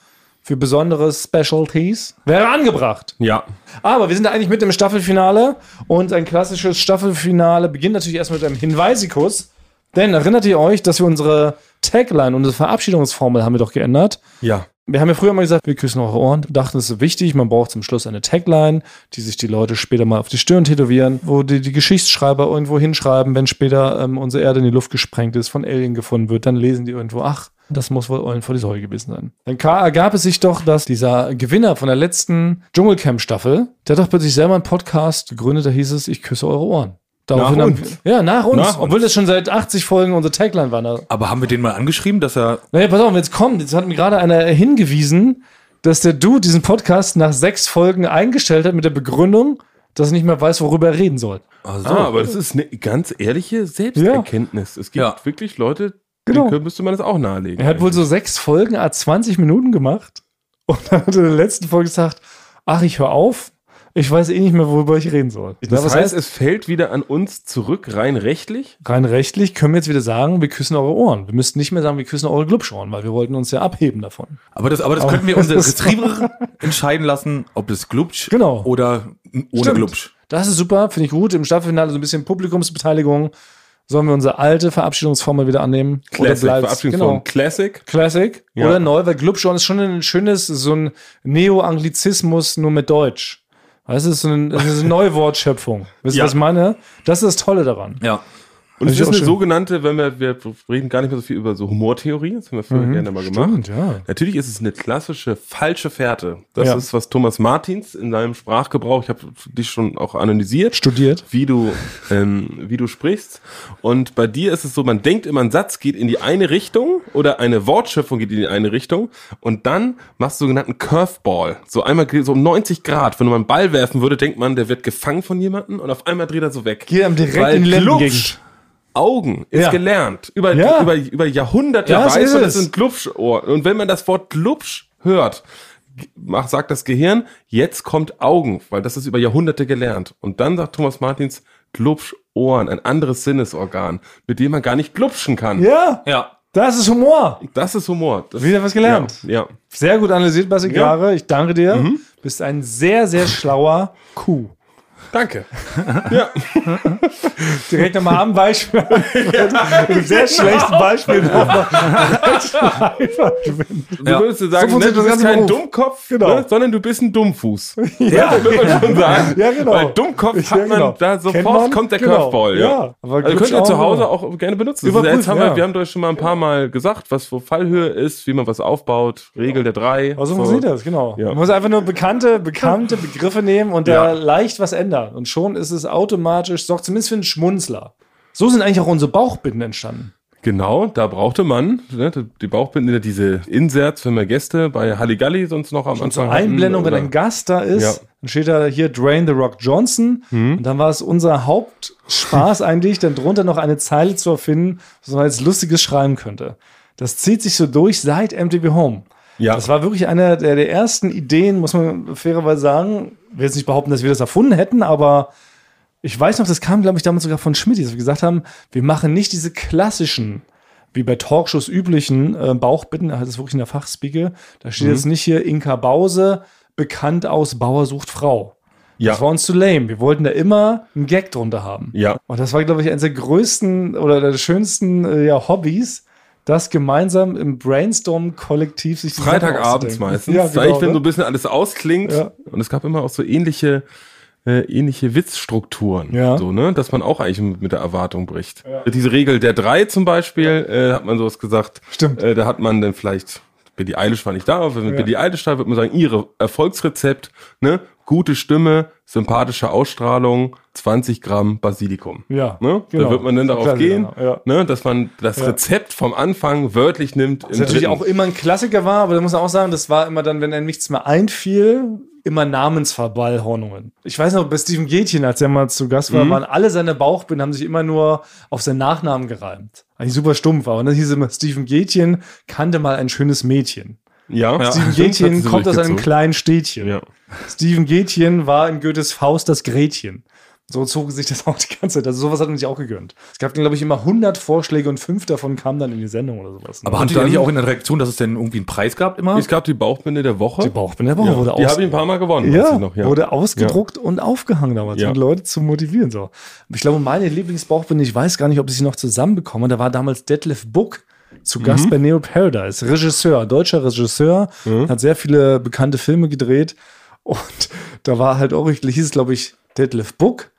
Speaker 3: für besondere Specialties. Wäre angebracht.
Speaker 4: ja.
Speaker 3: Aber wir sind eigentlich mit im Staffelfinale und ein klassisches Staffelfinale beginnt natürlich erst mit einem Hinweisikus. Denn erinnert ihr euch, dass wir unsere Tagline, unsere Verabschiedungsformel haben wir doch geändert.
Speaker 4: Ja.
Speaker 3: Wir haben ja früher mal gesagt, wir küssen eure Ohren. Wir dachten, es ist wichtig. Man braucht zum Schluss eine Tagline, die sich die Leute später mal auf die Stirn tätowieren, wo die, die Geschichtsschreiber irgendwo hinschreiben, wenn später ähm, unsere Erde in die Luft gesprengt ist, von Alien gefunden wird, dann lesen die irgendwo, ach, das muss wohl Eulen vor die Säule gewesen sein. Dann ka- ergab es sich doch, dass dieser Gewinner von der letzten Dschungelcamp-Staffel, der hat doch plötzlich selber einen Podcast gegründet, da hieß es, ich küsse eure Ohren. Daraufhin
Speaker 4: Nach
Speaker 3: haben-
Speaker 4: uns.
Speaker 3: Ja, nach uns.
Speaker 4: Nach uns.
Speaker 3: obwohl das schon seit 80 Folgen unsere Tagline war. Da
Speaker 2: Aber haben wir den mal angeschrieben, dass er.
Speaker 3: naja, pass auf, jetzt kommt, jetzt hat mir gerade einer hingewiesen, dass der Dude diesen Podcast nach sechs Folgen eingestellt hat mit der Begründung, dass er nicht mehr weiß, worüber er reden soll.
Speaker 2: Also,
Speaker 4: Ah, aber das ist eine ganz ehrliche Selbsterkenntnis. Es gibt
Speaker 2: Ja.
Speaker 4: wirklich Leute,
Speaker 3: Genau.
Speaker 4: denen müsste man das auch nahelegen. Also,
Speaker 3: Er hat wohl so sechs Folgen, a 20 Minuten gemacht und dann hat er in der letzten Folge gesagt, ach, ich höre auf, ich weiß eh nicht mehr, worüber ich reden soll.
Speaker 4: das
Speaker 3: Ja, was
Speaker 4: heißt, es fällt wieder an uns zurück, rein rechtlich.
Speaker 3: rein rechtlich können wir jetzt wieder sagen, wir küssen eure Ohren. Wir müssten nicht mehr sagen, wir küssen eure Glubschoren, weil wir wollten uns ja abheben davon.
Speaker 2: aber das, aber das könnten
Speaker 4: Oh.
Speaker 2: wir unsere Retriever entscheiden lassen, ob das Glubsch
Speaker 3: Genau.
Speaker 2: oder n- ohne
Speaker 3: Stimmt.
Speaker 2: Glubsch.
Speaker 3: Das ist super, finde ich gut. Im Staffelfinale so ein bisschen Publikumsbeteiligung. Sollen wir unsere alte Verabschiedungsformel wieder annehmen? bleibt's-
Speaker 4: Verabschiedungsform.
Speaker 3: genau,
Speaker 4: Classic.
Speaker 3: Classic
Speaker 4: Ja.
Speaker 3: oder neu, weil Glubschorn ist schon ein schönes, so ein Neo-Anglizismus nur mit Deutsch. Weißt du, es ist so ein- es ist eine Neuwortschöpfung. Wisst ihr,
Speaker 4: Ja.
Speaker 3: was ich meine? Das ist das Tolle daran.
Speaker 2: Ja.
Speaker 4: Und es
Speaker 3: Finde ich
Speaker 4: ist
Speaker 3: auch
Speaker 4: eine
Speaker 3: schön.
Speaker 4: sogenannte, wenn wir, wir reden gar nicht mehr so viel über so Humortheorie, das haben wir früher gerne mal gemacht.
Speaker 3: Mhm. ja.
Speaker 4: Natürlich ist es eine klassische falsche Fährte. Das
Speaker 3: Ja.
Speaker 4: ist, was Thomas Martins in seinem Sprachgebrauch, ich habe dich schon auch analysiert,
Speaker 3: Studiert.
Speaker 4: wie du, ähm, wie du sprichst. Und bei dir ist es so, man denkt immer, ein Satz geht in die eine Richtung oder eine Wortschöpfung geht in die eine Richtung und dann machst du sogenannten Curveball. So einmal geht- so um 90 Grad. Wenn du mal einen Ball werfen würde, denkt man, der wird gefangen von jemandem und auf einmal dreht er so weg.
Speaker 3: Geht einem direkt in die Lendengegend.
Speaker 4: Glubsch, Augen ist
Speaker 3: Ja.
Speaker 4: gelernt. Über,
Speaker 3: Ja.
Speaker 4: über, über Jahrhunderte
Speaker 3: Ja, das
Speaker 4: weiß
Speaker 3: ist
Speaker 4: man,
Speaker 3: es.
Speaker 4: das sind Glubschohren. Und wenn man das Wort Glubsch hört, macht, sagt das Gehirn, jetzt kommt Augen, weil das ist über Jahrhunderte gelernt. Und dann sagt Thomas Martins, Glubsch, Ohren, ein anderes Sinnesorgan, mit dem man gar nicht glubschen kann.
Speaker 3: Ja,
Speaker 2: Ja.
Speaker 3: das ist Humor.
Speaker 4: Das ist Humor. Das,
Speaker 3: Wieder was gelernt.
Speaker 4: Ja, ja.
Speaker 3: Sehr gut analysiert, Basti
Speaker 4: Ja. Mhm.
Speaker 3: Gare. Ich danke dir. Bist ein sehr, sehr schlauer Kuh.
Speaker 4: Danke.
Speaker 3: Direkt nochmal am Beispiel. Ein sehr schlechtes Beispiel. nochmal.
Speaker 4: Du
Speaker 2: Ja.
Speaker 4: würdest sagen, ne, du
Speaker 3: funktioniert das
Speaker 4: bist
Speaker 3: ganze
Speaker 4: kein
Speaker 3: Beruf.
Speaker 4: Dummkopf,
Speaker 3: Genau.
Speaker 4: ne, sondern du bist ein Dummfuß.
Speaker 3: ja,
Speaker 4: Würde man schon sagen.
Speaker 3: Ja, genau.
Speaker 4: Weil Dummkopf
Speaker 3: Ich-
Speaker 4: hat
Speaker 3: ja,
Speaker 4: man
Speaker 3: genau.
Speaker 4: da
Speaker 3: Kennt
Speaker 4: sofort
Speaker 3: man?
Speaker 4: kommt der
Speaker 3: Genau.
Speaker 4: Curveball.
Speaker 3: Ja, aber
Speaker 4: also könnt ihr
Speaker 3: Glitch
Speaker 4: zu
Speaker 3: auch,
Speaker 4: Hause
Speaker 3: ja.
Speaker 4: auch gerne benutzen. Das ist-
Speaker 3: Überprüfen,
Speaker 4: jetzt haben wir,
Speaker 3: ja.
Speaker 4: wir haben euch schon mal ein paar Mal gesagt, was so Fallhöhe ist, wie man was aufbaut, Regel der drei.
Speaker 3: Also
Speaker 4: so.
Speaker 3: man sieht das, genau.
Speaker 4: Ja.
Speaker 3: Man muss einfach nur bekannte, bekannte Begriffe nehmen und da
Speaker 4: Ja.
Speaker 3: leicht was ändern. Und schon ist es automatisch, sorgt zumindest für einen Schmunzler. So sind eigentlich auch unsere Bauchbinden entstanden.
Speaker 4: Genau, da brauchte man ne, die Bauchbinden, diese Inserts, wenn wir Gäste bei Halligalli sonst noch am Anfang hatten,
Speaker 3: Einblendung, wenn
Speaker 4: oder-
Speaker 3: ein Gast da ist,
Speaker 4: Ja. Hm.
Speaker 3: dann steht da hier Drain the Rock Johnson. Und dann war es unser Hauptspaß eigentlich, dann drunter noch eine Zeile zu erfinden, was man als Lustiges schreiben könnte. Das zieht sich so durch seit MTV Home.
Speaker 4: Ja.
Speaker 3: Das war wirklich eine der, der ersten Ideen, muss man fairerweise sagen. Ich will jetzt nicht behaupten, dass wir das erfunden hätten, aber ich weiß noch, das kam, glaube ich, damals sogar von Schmidt, dass wir gesagt haben, wir machen nicht diese klassischen, wie bei Talkshows üblichen äh, Bauchbitten, da heißt es wirklich in der Fachspiegel. Da steht
Speaker 4: Mhm.
Speaker 3: jetzt nicht hier Inka Bause, bekannt aus Bauer sucht Frau.
Speaker 4: ja.
Speaker 3: Das war uns zu lame. Wir wollten da immer einen Gag drunter haben.
Speaker 4: ja.
Speaker 3: Und das war, glaube ich, eines der größten oder der schönsten äh, ja, Hobbys, das gemeinsam im Brainstorm-Kollektiv sich die Sachen
Speaker 4: Freitagabends
Speaker 3: auszudenken.
Speaker 4: meistens,
Speaker 3: Ja,
Speaker 4: weil ich,
Speaker 3: genau,
Speaker 4: wenn
Speaker 3: ne?
Speaker 4: so ein bisschen alles ausklingt
Speaker 3: Ja.
Speaker 4: und es gab immer auch so ähnliche äh, ähnliche Witzstrukturen,
Speaker 3: Ja.
Speaker 4: so ne, dass man auch eigentlich mit der Erwartung bricht. Diese Regel der drei zum Beispiel äh, hat man sowas gesagt.
Speaker 3: Stimmt.
Speaker 4: Äh, da hat man dann vielleicht Billie Eilish war nicht da, aber wenn man Billie Eilish da, wird man sagen, ihre Erfolgsrezept, ne? Gute Stimme, sympathische Ausstrahlung, 20 Gramm Basilikum.
Speaker 3: Ja,
Speaker 4: Ne?
Speaker 3: genau.
Speaker 4: Da wird man dann darauf
Speaker 3: Klar,
Speaker 4: gehen,
Speaker 3: genau,
Speaker 4: ne? dass man das Rezept vom Anfang wörtlich nimmt.
Speaker 3: Das natürlich auch immer ein Klassiker war, aber da muss man auch sagen, das war immer dann, wenn einem nichts mehr einfiel, immer Namensverballhornungen. Ich weiß noch, bei Stephen Gätchen, als er mal zu Gast war, waren alle seine Bauchbinden, haben sich immer nur auf seinen Nachnamen gereimt. Eigentlich super stumpf war. Und dann hieß es immer, Stephen Gätchen kannte mal ein schönes Mädchen.
Speaker 4: ja, ja.
Speaker 3: Stephen
Speaker 4: Stimmt, hat sie
Speaker 3: Gätchen
Speaker 4: so
Speaker 3: kommt aus einem
Speaker 4: durchgezogen.
Speaker 3: kleinen Städtchen.
Speaker 4: Ja.
Speaker 3: Stephen Gätchen war in Goethes Faust das Gretchen. So zog sich das auch die ganze Zeit. Also sowas hat man sich auch gegönnt. Es gab, glaube ich, immer 100 Vorschläge und fünf davon kamen dann in die Sendung oder sowas.
Speaker 2: Aber hattet ihr nicht auch in der Reaktion, dass es denn irgendwie einen Preis gab immer?
Speaker 4: Es gab die Bauchbinde der Woche.
Speaker 3: Die Bauchbinde der Woche
Speaker 4: ja,
Speaker 3: wurde
Speaker 4: Die
Speaker 3: aus-
Speaker 4: habe ich ein paar Mal gewonnen. weiß
Speaker 3: ja,
Speaker 4: ich noch, ja.
Speaker 3: wurde ausgedruckt und aufgehangen damals,
Speaker 4: Ja.
Speaker 3: um Leute zu motivieren. So. Ich glaube, meine Lieblingsbauchbinde, ich weiß gar nicht, ob ich sie noch zusammenbekomme, da war damals Detlef Buck zu
Speaker 4: Mhm.
Speaker 3: Gast bei Neo Paradise, Regisseur, deutscher Regisseur,
Speaker 4: Mhm.
Speaker 3: hat sehr viele bekannte Filme gedreht und da war halt auch, richtig- hieß es glaube ich Detlef Buck,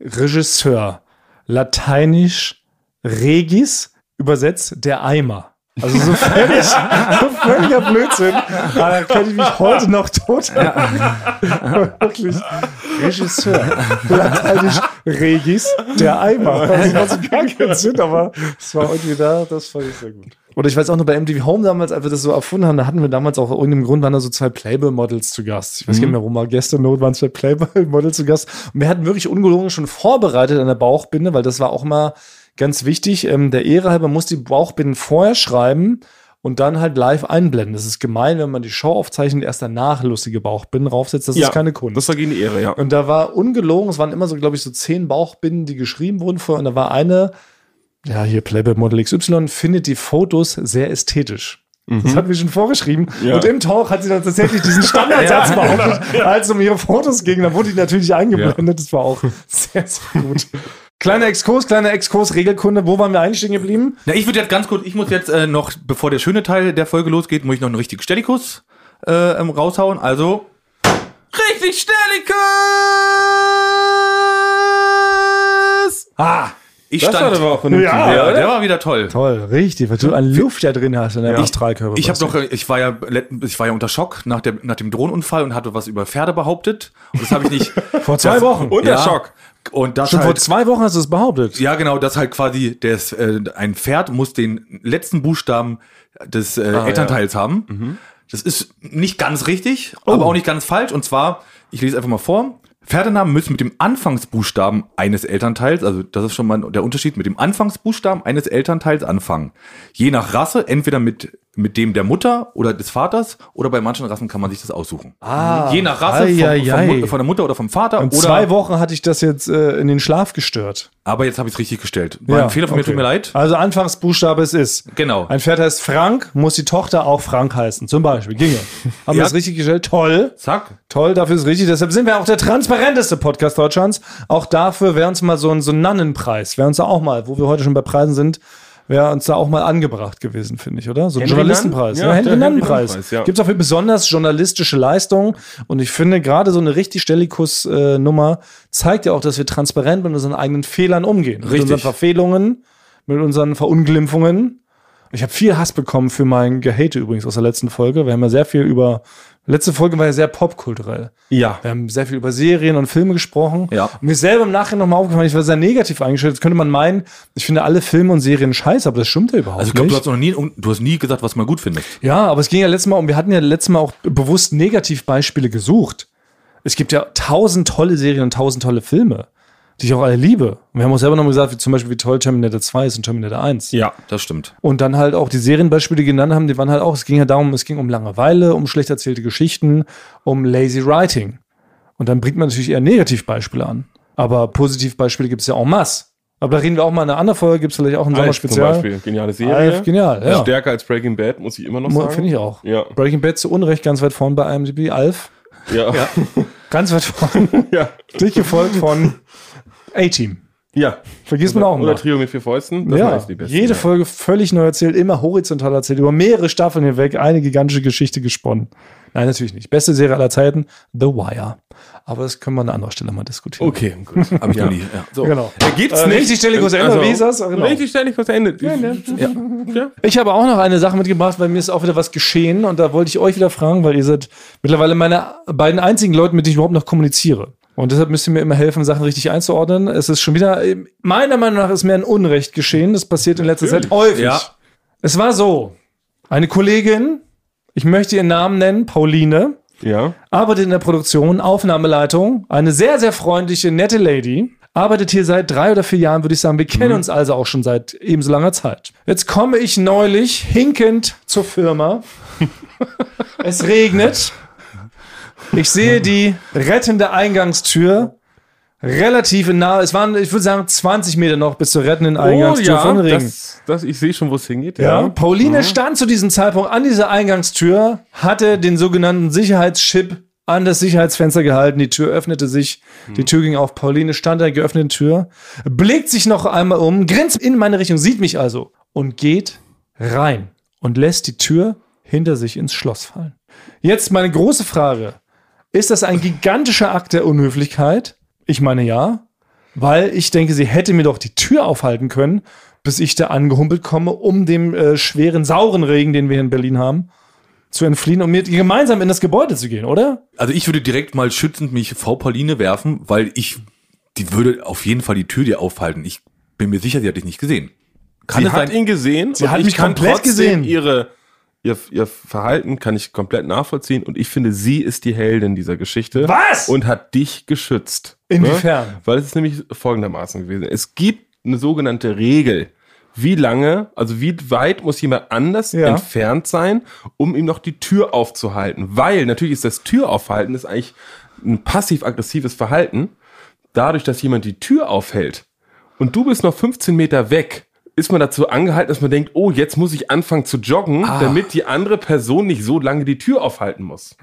Speaker 3: Regisseur, lateinisch Regis, übersetzt der Eimer. Also so völlig, so völliger Blödsinn. Aber da könnte ich mich heute noch tot Wirklich. Regisseur. Lateinisch Regis, der Eimer. Das macht gar keinen Sinn, aber es war irgendwie da, das fand ich sehr gut. Oder ich weiß auch noch bei MTV Home damals, als wir das so erfunden haben, da hatten wir damals auch aus irgendeinem Grund, waren da so zwei Playboy-Models zu Gast. Ich weiß gar nicht mehr, wo mal gestern not waren zwei Playboy-Models zu Gast. Und wir hatten wirklich ungelogen schon vorbereitet an der Bauchbinde, weil das war auch mal ganz wichtig. Ähm, der Ehre halber muss die Bauchbinden vorher schreiben und dann halt live einblenden. Das ist gemein, wenn man die Show aufzeichnet, erst danach lustige Bauchbinden raufsetzt. Das
Speaker 4: ja.
Speaker 3: ist keine Kunst.
Speaker 4: Das war gegen die Ehre, ja.
Speaker 3: Und da war ungelogen, es waren immer so, glaube ich, so zehn Bauchbinden, die geschrieben wurden vorher. Und da war eine, ja, hier Playboy Model XY, findet die Fotos sehr ästhetisch. Das hat mir schon vorgeschrieben.
Speaker 4: Ja.
Speaker 3: Und im Talk hat sie dann tatsächlich diesen Standardsatz behauptet, als es um ihre Fotos ging. Dann wurde die natürlich eingeblendet. Das war auch sehr, sehr gut. Kleiner Exkurs, kleiner Exkurs, Regelkunde. Wo waren wir eigentlich stehen geblieben?
Speaker 2: Na, ich würde jetzt ganz kurz, ich muss jetzt äh, noch, bevor der schöne Teil der Folge losgeht, muss ich noch einen richtigen Stellikus äh, ähm, raushauen. Also. Richtig Stellikus!
Speaker 3: Ah,
Speaker 2: Ich
Speaker 4: Das war
Speaker 2: stand.
Speaker 4: aber auch vernünftig.
Speaker 3: Ja,
Speaker 2: ja,
Speaker 4: oder?
Speaker 2: der war wieder toll.
Speaker 3: toll, richtig, weil du an Luft ja drin hast in deinem Strahlkörper.
Speaker 2: Ich habe doch, äh, ich war ja, let- ich war ja unter Schock nach, der, nach dem Drohnenunfall und hatte was über Pferde behauptet. Und das habe ich nicht.
Speaker 3: vor zwei Wochen.
Speaker 4: Und der
Speaker 2: Ja.
Speaker 4: Schock.
Speaker 2: Und das
Speaker 3: Schon vor
Speaker 2: halt,
Speaker 3: zwei Wochen hast du es behauptet.
Speaker 2: ja genau, das halt quasi, das, äh, ein Pferd muss den letzten Buchstaben des
Speaker 3: Ah,
Speaker 2: äh, Elternteils haben.
Speaker 3: Mhm.
Speaker 2: Das ist nicht ganz richtig,
Speaker 3: Oh.
Speaker 2: aber auch nicht ganz falsch. Und zwar, ich lese einfach mal vor. Pferdenamen müssen mit dem Anfangsbuchstaben eines Elternteils, also das ist schon mal der Unterschied, mit dem Anfangsbuchstaben eines Elternteils anfangen. Je nach Rasse, entweder mit, mit dem der Mutter oder des Vaters oder bei manchen Rassen kann man sich das aussuchen. Je nach Rasse, vom,
Speaker 3: Ei, ei,
Speaker 2: vom Mu-
Speaker 3: ei.
Speaker 2: von der Mutter oder vom Vater.
Speaker 3: Ah. Und
Speaker 2: oder
Speaker 3: zwei Wochen hatte ich das jetzt äh, in den Schlaf gestört.
Speaker 2: Aber jetzt habe ich es richtig gestellt. War ein Fehler von mir,
Speaker 3: okay.
Speaker 2: tut mir leid.
Speaker 3: Also Anfangsbuchstabe es ist.
Speaker 2: Genau.
Speaker 3: Ein Pferd heißt Frank, muss die Tochter auch Frank heißen. Zum Beispiel. Ginge. Haben wir
Speaker 2: Ja.
Speaker 3: das richtig gestellt? Toll.
Speaker 2: Zack.
Speaker 3: Toll, dafür ist richtig. Deshalb sind wir auch der transparenteste Podcast Deutschlands. Auch dafür wäre uns mal so ein, so ein Nannenpreis, wäre uns da auch mal, wo wir heute schon bei Preisen sind, wäre uns da auch mal angebracht gewesen, finde ich, oder? So ein
Speaker 4: Henry
Speaker 3: Journalistenpreis. ne?
Speaker 4: Nann? Ja, der
Speaker 3: Henry
Speaker 4: Henry
Speaker 3: Nannenpreis.
Speaker 4: Nann-Preis, ja.
Speaker 3: Gibt es dafür besonders journalistische Leistungen. Und ich finde, gerade so eine richtig Stellikus-Nummer zeigt ja auch, dass wir transparent mit unseren eigenen Fehlern umgehen. Mit
Speaker 2: Richtig.
Speaker 3: unseren Verfehlungen, mit unseren Verunglimpfungen. Ich habe viel Hass bekommen für mein Gehate übrigens aus der letzten Folge. Wir haben ja sehr viel über. Letzte Folge war ja sehr popkulturell.
Speaker 4: Ja.
Speaker 3: Wir haben sehr viel über Serien und Filme gesprochen.
Speaker 2: Ja.
Speaker 3: Und mir ist selber im Nachhinein nochmal aufgefallen, ich war sehr negativ eingestellt. Jetzt könnte man meinen, ich finde alle Filme und Serien scheiße, aber das stimmt ja überhaupt
Speaker 2: Also ich glaube,
Speaker 3: nicht.
Speaker 2: du hast noch nie, du hast nie gesagt, was man gut findet.
Speaker 3: Ja, aber es ging ja letztes Mal um, wir hatten ja letztes Mal auch bewusst Negativbeispiele gesucht. Es gibt ja tausend tolle Serien und tausend tolle Filme, die ich auch alle liebe. Und wir haben auch selber nochmal gesagt, wie zum Beispiel, wie toll Terminator 2 ist und Terminator 1.
Speaker 4: Ja.
Speaker 2: Das stimmt.
Speaker 3: Und dann halt auch die Serienbeispiele die genannt haben, die waren halt auch, es ging ja darum, es ging um Langeweile, um schlecht erzählte Geschichten, um lazy writing. Und dann bringt man natürlich eher Negativbeispiele an. Aber Positivbeispiele gibt es ja en masse. Aber da reden wir auch mal in einer anderen Folge, gibt es vielleicht auch
Speaker 4: Alf
Speaker 3: ein
Speaker 4: zum
Speaker 3: Sommerspezial.
Speaker 4: Beispiel. Geniale Serie.
Speaker 3: Alf, genial, ja.
Speaker 4: Stärker als Breaking Bad, muss ich immer noch sagen.
Speaker 3: Finde ich auch.
Speaker 4: Ja.
Speaker 3: Breaking Bad zu Unrecht ganz weit vorn bei IMDb. Alf,
Speaker 4: Ja. Ja.
Speaker 3: ganz weit vorn.
Speaker 4: ja.
Speaker 3: Dicht gefolgt von A-Team. Vergisst man auch
Speaker 4: Oder
Speaker 3: mal.
Speaker 4: Trio mit vier Fäusten. Das
Speaker 3: Ja,
Speaker 4: waren jetzt die besten,
Speaker 3: jede
Speaker 4: ja.
Speaker 3: Folge völlig neu erzählt, immer horizontal erzählt, über mehrere Staffeln hinweg eine gigantische Geschichte gesponnen. Nein, natürlich nicht. Beste Serie aller Zeiten, The Wire. Aber das können wir an anderer Stelle mal diskutieren.
Speaker 4: Okay, gut.
Speaker 2: Hab ich noch nie. Ja. So.
Speaker 3: Genau.
Speaker 4: Da gibt's
Speaker 3: Äh,
Speaker 4: nicht. Also,
Speaker 3: richtig Stelle kurz Ende, wie ist das? Genau.
Speaker 4: Richtig Stelle kurz Ende.
Speaker 2: Ja.
Speaker 4: ne?
Speaker 3: Ich habe auch noch eine Sache mitgebracht, weil mir ist auch wieder was geschehen und da wollte ich euch wieder fragen, weil ihr seid mittlerweile meine beiden einzigen Leute, mit denen ich überhaupt noch kommuniziere. Und deshalb müsst ihr mir immer helfen, Sachen richtig einzuordnen. Es ist schon wieder, meiner Meinung nach ist mir ein Unrecht geschehen. Das passiert in letzter Zeit häufig.
Speaker 2: Ja.
Speaker 3: Es war so, eine Kollegin, ich möchte ihren Namen nennen, Pauline,
Speaker 4: Ja.
Speaker 3: arbeitet in der Produktion, Aufnahmeleitung, eine sehr, sehr freundliche, nette Lady. Arbeitet hier seit drei oder vier Jahren, würde ich sagen. Wir kennen uns also auch schon seit ebenso langer Zeit. Jetzt komme ich neulich hinkend zur Firma. es regnet. Ich sehe die rettende Eingangstür relativ nah. Es waren, ich würde sagen, 20 Meter noch bis zur rettenden Eingangstür von Regen.
Speaker 4: Oh das, das, ich sehe schon, wo es hingeht.
Speaker 3: Ja. Pauline stand zu diesem Zeitpunkt an dieser Eingangstür, hatte den sogenannten Sicherheitschip an das Sicherheitsfenster gehalten. Die Tür öffnete sich. Die Tür ging auf. Pauline stand an der geöffneten Tür, blickt sich noch einmal um, grinst in meine Richtung, sieht mich also und geht rein und lässt die Tür hinter sich ins Schloss fallen. Jetzt meine große Frage. Ist das ein gigantischer Akt der Unhöflichkeit? Ich meine ja weil ich denke, sie hätte mir doch die Tür aufhalten können, bis ich da angehumpelt komme, um dem äh, schweren, sauren Regen, den wir hier in Berlin haben, zu entfliehen und mit ihr gemeinsam in das Gebäude zu gehen, oder?
Speaker 2: Also ich würde direkt mal schützend mich V. Pauline werfen, weil ich, die würde auf jeden Fall die Tür dir aufhalten. Ich bin mir sicher, sie hat dich nicht gesehen. Kann
Speaker 4: Sie
Speaker 2: es
Speaker 4: hat
Speaker 2: sein?
Speaker 4: ihn gesehen. Sie
Speaker 3: hat mich komplett gesehen.
Speaker 4: Ihre, ihr, ihr Verhalten kann ich komplett nachvollziehen. Und ich finde, sie ist die Heldin dieser Geschichte.
Speaker 3: Was?
Speaker 4: Und hat dich geschützt.
Speaker 3: Inwiefern?
Speaker 4: Ne? Weil es ist nämlich folgendermaßen gewesen. Es gibt eine sogenannte Regel. Wie lange, also wie weit muss jemand anders
Speaker 3: Ja.
Speaker 4: entfernt sein, um ihm noch die Tür aufzuhalten? Weil natürlich ist das Türaufhalten ist eigentlich ein passiv-aggressives Verhalten. Dadurch, dass jemand die Tür aufhält, und du bist noch 15 Meter weg, ist man dazu angehalten, dass man denkt, oh, jetzt muss ich anfangen zu joggen, damit die andere Person nicht so lange die Tür aufhalten muss.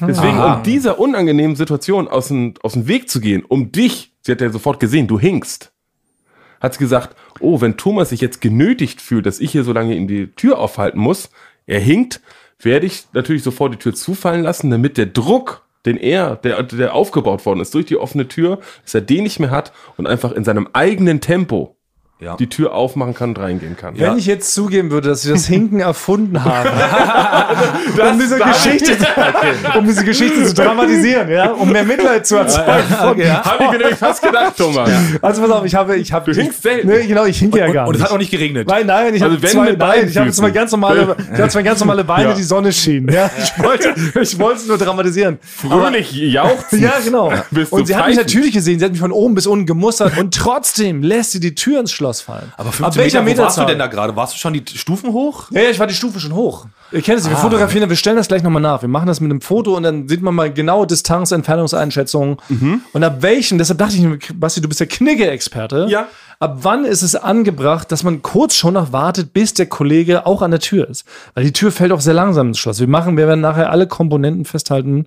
Speaker 4: Deswegen, um dieser unangenehmen Situation aus dem, aus dem Weg zu gehen, um dich, sie hat ja sofort gesehen, du hinkst, hat sie gesagt, oh, wenn Thomas sich jetzt genötigt fühlt, dass ich hier so lange ihm die Tür aufhalten muss, er hinkt, werde ich natürlich sofort die Tür zufallen lassen, damit der Druck, den er, der, der aufgebaut worden ist durch die offene Tür, dass er den nicht mehr hat und einfach in seinem eigenen Tempo
Speaker 2: Ja.
Speaker 4: die Tür aufmachen kann und reingehen kann.
Speaker 3: Wenn ich jetzt zugeben würde, dass ich das Hinken erfunden habe, um, diese Geschichte, um diese Geschichte zu dramatisieren, ja, um mehr Mitleid zu erzeugen.
Speaker 4: Habe ich mir nämlich fast gedacht, Thomas.
Speaker 3: Also pass auf, ich habe, ich habe,
Speaker 4: Du hinkst selten.
Speaker 3: Nee, genau, ich hinke ja gar
Speaker 2: Und
Speaker 3: nicht.
Speaker 2: es hat auch nicht geregnet.
Speaker 3: Nein, nein, ich
Speaker 4: Also
Speaker 3: habe
Speaker 4: wenn
Speaker 3: zwei,
Speaker 4: mit
Speaker 3: nein,
Speaker 4: beiden
Speaker 3: ich habe zwei
Speaker 4: Füßen.
Speaker 3: ganz normale, ich habe zwei ganz normale Beine,
Speaker 4: Ja.
Speaker 3: die Sonne schien. Ja, ich wollte, ich wollte es nur dramatisieren.
Speaker 4: Fröhlich jauchzend.
Speaker 3: Ja, genau.
Speaker 4: Bist
Speaker 3: Und
Speaker 4: du
Speaker 3: sie hat mich
Speaker 4: pfeifend.
Speaker 3: natürlich gesehen, sie hat mich von oben bis unten gemustert und trotzdem lässt sie die Tür ins Schloss fallen.
Speaker 2: Aber 15 Meter, wo warst du
Speaker 3: Meterzahl?
Speaker 2: denn da gerade? Warst du schon die Stufen hoch?
Speaker 3: Ja, ja, ich war die Stufe schon hoch. Ah. Ihr kennt es, wir fotografieren, wir stellen das gleich nochmal nach. Wir machen das mit einem Foto und dann sieht man mal genaue Distanz, Entfernungseinschätzungen. Und ab welchen, deshalb dachte ich, Basti, du bist der Knigge-Experte.
Speaker 4: Ja.
Speaker 3: Ab wann ist es angebracht, dass man kurz schon noch wartet, bis der Kollege auch an der Tür ist? Weil die Tür fällt auch sehr langsam ins Schloss. Wir machen, wir werden nachher alle Komponenten festhalten,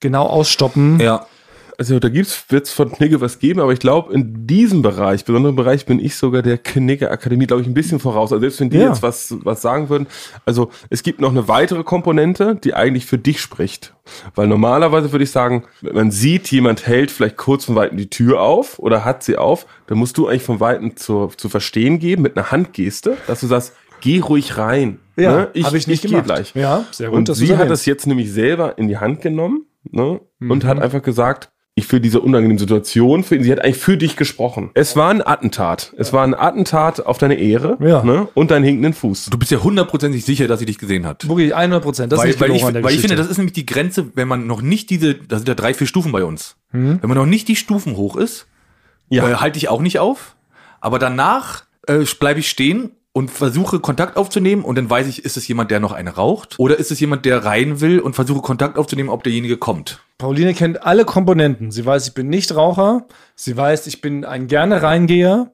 Speaker 3: genau ausstoppen.
Speaker 2: Ja.
Speaker 4: Also da gibt's wird's von Knigge was geben, aber ich glaube in diesem Bereich, besonderen Bereich, bin ich sogar der Knigge Akademie, glaube ich, ein bisschen voraus. Also selbst wenn die
Speaker 3: Ja.
Speaker 4: jetzt was was sagen würden, also es gibt noch eine weitere Komponente, die eigentlich für dich spricht, weil normalerweise würde ich sagen, wenn man sieht, jemand hält vielleicht kurz von weitem die Tür auf oder hat sie auf, dann musst du eigentlich von weitem zu, zu verstehen geben mit einer Handgeste, dass du sagst, geh ruhig rein.
Speaker 3: Ja,
Speaker 4: ne?
Speaker 3: hab ich nicht
Speaker 4: geh
Speaker 3: gemacht.
Speaker 4: Gleich.
Speaker 3: Ja, sehr gut,
Speaker 4: Und
Speaker 3: dass du's
Speaker 4: sie hat
Speaker 3: erwähnst.
Speaker 4: das jetzt nämlich selber in die Hand genommen ne?
Speaker 3: Mhm.
Speaker 4: und hat einfach gesagt, ich will diese unangenehme Situation für ihn. Sie hat eigentlich für dich gesprochen. Es war ein Attentat. Es war ein Attentat auf deine Ehre
Speaker 3: Ja.
Speaker 4: ne? und deinen hinkenden Fuß.
Speaker 2: Du bist ja hundertprozentig sicher, dass sie dich gesehen hat.
Speaker 3: Wirklich 100 Prozent. Das
Speaker 2: Weil,
Speaker 3: ist nicht
Speaker 2: weil,
Speaker 3: gelogen
Speaker 2: ich,
Speaker 3: an der
Speaker 2: weil ich
Speaker 3: Geschichte.
Speaker 2: finde, das ist nämlich die Grenze, wenn man noch nicht diese, da sind ja drei, vier Stufen bei uns.
Speaker 3: Hm?
Speaker 2: Wenn man noch nicht die Stufen hoch ist,
Speaker 4: Ja.
Speaker 2: äh, halte ich auch nicht auf. Aber danach äh, bleibe ich stehen und versuche Kontakt aufzunehmen und dann weiß ich, ist es jemand, der noch eine raucht oder ist es jemand, der rein will und versuche Kontakt aufzunehmen, ob derjenige kommt.
Speaker 3: Pauline kennt alle Komponenten. Sie weiß, ich bin nicht Raucher. Sie weiß, ich bin ein gerne Reingeher.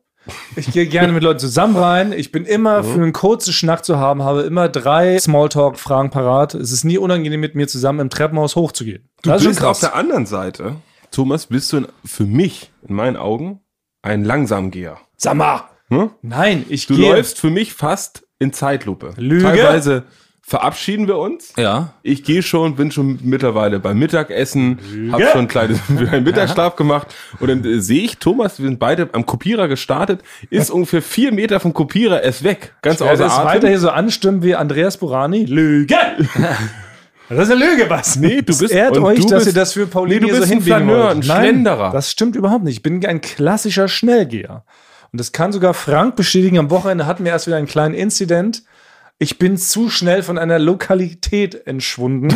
Speaker 3: Ich gehe gerne mit Leuten zusammen rein. Ich bin
Speaker 4: Mhm.
Speaker 3: immer für einen kurzen Schnack zu haben, habe immer drei Smalltalk-Fragen parat. Es ist nie unangenehm, mit mir zusammen im Treppenhaus hochzugehen.
Speaker 4: Du bist auf der anderen Seite, Thomas, bist du in, für mich, in meinen Augen, ein Langsamgeher.
Speaker 3: Sag mal!
Speaker 4: Ne?
Speaker 3: Nein, ich
Speaker 4: Du
Speaker 3: gehe.
Speaker 4: läufst für mich fast in Zeitlupe.
Speaker 3: Lüge.
Speaker 4: Teilweise verabschieden wir uns.
Speaker 2: Ja.
Speaker 4: Ich gehe schon, bin schon mittlerweile beim Mittagessen, habe schon ein kleines, einen Mittagsschlaf gemacht und dann äh, sehe ich Thomas, wir sind beide am Kopierer gestartet, ist ungefähr vier Meter vom Kopierer, ist weg, ganz
Speaker 3: Er
Speaker 4: außer
Speaker 3: ist
Speaker 4: Atem.
Speaker 3: weiter hier so anstimmen wie Andreas Burani. Lüge! Das ist eine Lüge, was?
Speaker 4: Nee, du bist-
Speaker 3: Ehrt
Speaker 4: und
Speaker 3: euch,
Speaker 4: du
Speaker 3: dass
Speaker 4: bist-
Speaker 3: ihr das für Pauline
Speaker 4: Nee, du
Speaker 3: hier
Speaker 4: bist
Speaker 3: so
Speaker 4: ein
Speaker 3: hinbiegen
Speaker 4: Flaneur,
Speaker 3: wollt.
Speaker 4: ein
Speaker 3: Nein,
Speaker 4: Schlenderer.
Speaker 3: Das stimmt überhaupt nicht. Ich bin ein klassischer Schnellgeher. Und das kann sogar Frank bestätigen. Am Wochenende hatten wir erst wieder einen kleinen Inzident. Ich bin zu schnell von einer Lokalität entschwunden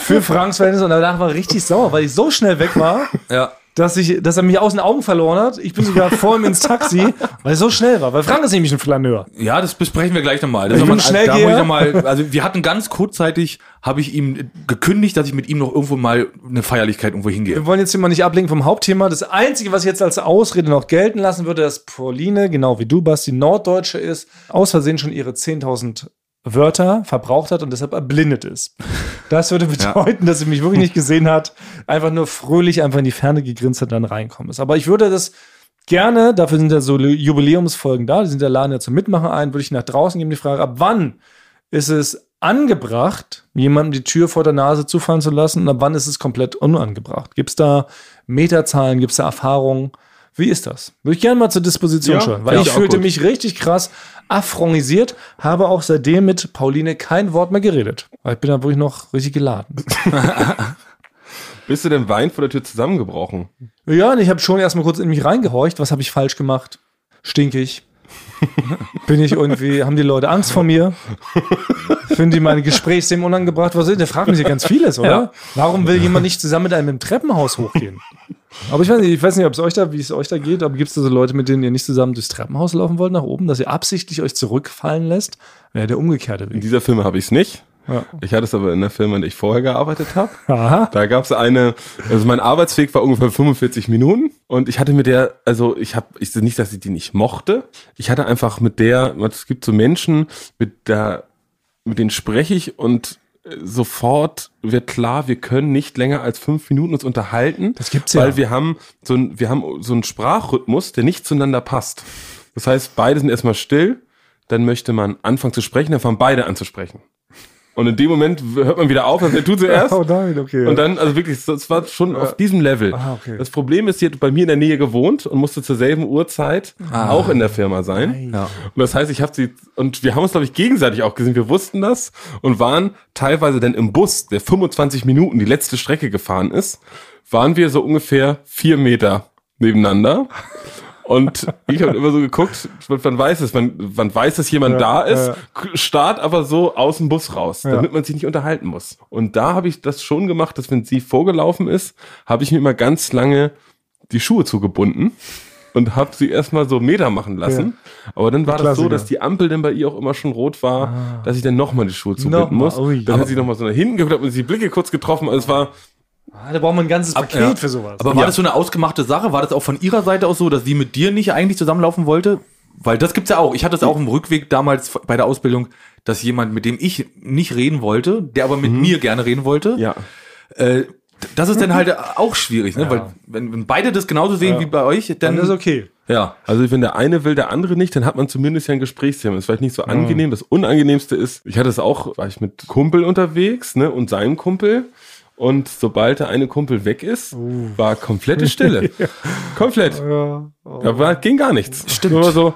Speaker 3: für Franks Verhältnis und danach war ich richtig sauer, weil ich so schnell weg war,
Speaker 2: Ja.
Speaker 3: dass, ich, dass er mich aus den Augen verloren hat. Ich bin sogar vor ihm ins Taxi, weil ich so schnell war. Weil Frank ist nämlich ein Flaneur.
Speaker 2: Ja, das besprechen wir gleich nochmal. Das
Speaker 3: Ich
Speaker 2: ist
Speaker 3: bin
Speaker 2: aber-
Speaker 3: schnell
Speaker 2: da muss
Speaker 3: gehe.
Speaker 2: ich noch mal, also wir hatten ganz kurzzeitig, habe ich ihm gekündigt, dass ich mit ihm noch irgendwo mal eine Feierlichkeit irgendwo hingehe.
Speaker 3: Wir wollen jetzt hier mal nicht ablenken vom Hauptthema. Das Einzige, was ich jetzt als Ausrede noch gelten lassen würde, dass Pauline, genau wie du, Basti, Norddeutsche ist, aus Versehen schon ihre 10.000 Wörter verbraucht hat und deshalb erblindet ist. Das würde bedeuten, dass sie mich wirklich nicht gesehen hat, einfach nur fröhlich einfach in die Ferne gegrinst hat und dann reinkommen ist. Aber ich würde das gerne, dafür sind ja so Jubiläumsfolgen da, die sind ja laden ja zum Mitmachen ein, würde ich nach draußen geben die Frage, ab wann ist es angebracht, jemandem die Tür vor der Nase zufallen zu lassen und ab wann ist es komplett unangebracht? Gibt es da Meterzahlen, gibt es da Erfahrungen? Wie ist das? Würde ich gerne mal zur Disposition
Speaker 4: Ja,
Speaker 3: stellen, weil
Speaker 4: finde
Speaker 3: ich
Speaker 4: ich auch
Speaker 3: fühlte
Speaker 4: gut.
Speaker 3: mich richtig krass affronisiert, habe auch seitdem mit Pauline kein Wort mehr geredet. Weil ich bin da wirklich noch richtig geladen.
Speaker 4: Bist du denn Wein vor der Tür zusammengebrochen?
Speaker 3: Ja, und ich habe schon erstmal kurz in mich reingehorcht. Was habe ich falsch gemacht? Stink ich? Bin ich irgendwie, haben die Leute Angst vor mir? Finden die meine Gesprächsthemen unangebracht? Was ist? Der fragt mich ja ganz vieles, oder?
Speaker 2: Ja.
Speaker 3: Warum will jemand nicht zusammen mit einem im Treppenhaus hochgehen? Aber ich weiß nicht, ich weiß nicht, ob es euch da, wie es euch da geht, aber gibt es da so Leute, mit denen ihr nicht zusammen durchs Treppenhaus laufen wollt nach oben, dass ihr absichtlich euch zurückfallen lässt? Wäre der umgekehrte
Speaker 4: In
Speaker 3: Weg.
Speaker 4: dieser Firma habe ich es nicht.
Speaker 3: Ja.
Speaker 4: Ich hatte es aber in der Firma, in der ich vorher gearbeitet habe.
Speaker 3: Aha.
Speaker 4: Da gab's eine, also mein Arbeitsweg war ungefähr 45 Minuten und ich hatte mit der, also ich habe, ich nicht, dass ich die nicht mochte, ich hatte einfach mit der, es gibt so Menschen, mit der, mit denen spreche ich und äh, sofort wird klar, wir können nicht länger als fünf Minuten uns unterhalten.
Speaker 3: Das gibt's ja.
Speaker 4: Weil wir haben so ein, wir haben so einen Sprachrhythmus, der nicht zueinander passt. Das heißt, beide sind erstmal still, dann möchte man anfangen zu sprechen, dann fangen beide an zu sprechen. Und in dem Moment hört man wieder auf, also der tut zuerst.
Speaker 3: Oh nein, okay.
Speaker 4: Und dann, also wirklich, das war schon auf diesem Level.
Speaker 3: Ah, okay.
Speaker 4: Das Problem ist, sie hat bei mir in der Nähe gewohnt und musste zur selben Uhrzeit auch in der Firma sein.
Speaker 2: Ja.
Speaker 4: Und das heißt, ich habe sie, und wir haben uns, glaube ich, gegenseitig auch gesehen, wir wussten das und waren teilweise dann im Bus, der 25 Minuten die letzte Strecke gefahren ist, waren wir so ungefähr vier Meter nebeneinander. Und ich habe immer so geguckt, man, man weiß es, man, man weiß, dass jemand da ist, k- start aber so aus dem Bus raus, damit man sich nicht unterhalten muss. Und da habe ich das schon gemacht, dass wenn sie vorgelaufen ist, habe ich mir immer ganz lange die Schuhe zugebunden und habe sie erstmal so Meter machen lassen. Aber dann war das so,
Speaker 3: Klassiker.
Speaker 4: dass die Ampel dann bei ihr auch immer schon rot war, dass ich dann nochmal die Schuhe zubinden
Speaker 3: Nochmal,
Speaker 4: muss.
Speaker 3: ui.
Speaker 4: Dann hat sie nochmal so nach hinten geguckt, hat mir die Blicke kurz getroffen, also es war
Speaker 3: Ah, da braucht man ein ganzes Paket
Speaker 2: ja.
Speaker 3: für sowas.
Speaker 2: Aber war das so eine ausgemachte Sache? War das auch von ihrer Seite aus so, dass sie mit dir nicht eigentlich zusammenlaufen wollte? Weil das gibt's ja auch. Ich hatte es auch im Rückweg damals bei der Ausbildung, dass jemand, mit dem ich nicht reden wollte, der aber mit mir gerne reden wollte,
Speaker 4: ja.
Speaker 2: äh, das ist dann halt auch schwierig, ne? Weil wenn, wenn beide das genauso sehen wie bei euch, dann,
Speaker 3: dann ist okay.
Speaker 2: ja.
Speaker 4: Also wenn der eine will, der andere nicht, dann hat man zumindest ja ein Gesprächsthema. Das ist vielleicht nicht so angenehm. Das Unangenehmste ist, ich hatte es auch, war ich mit Kumpel unterwegs, ne, und seinem Kumpel. Und sobald der eine Kumpel weg ist, war komplette Stille. Komplett.
Speaker 3: Ja.
Speaker 4: Da war, ging gar nichts. Oh. Stimmt. Nur so,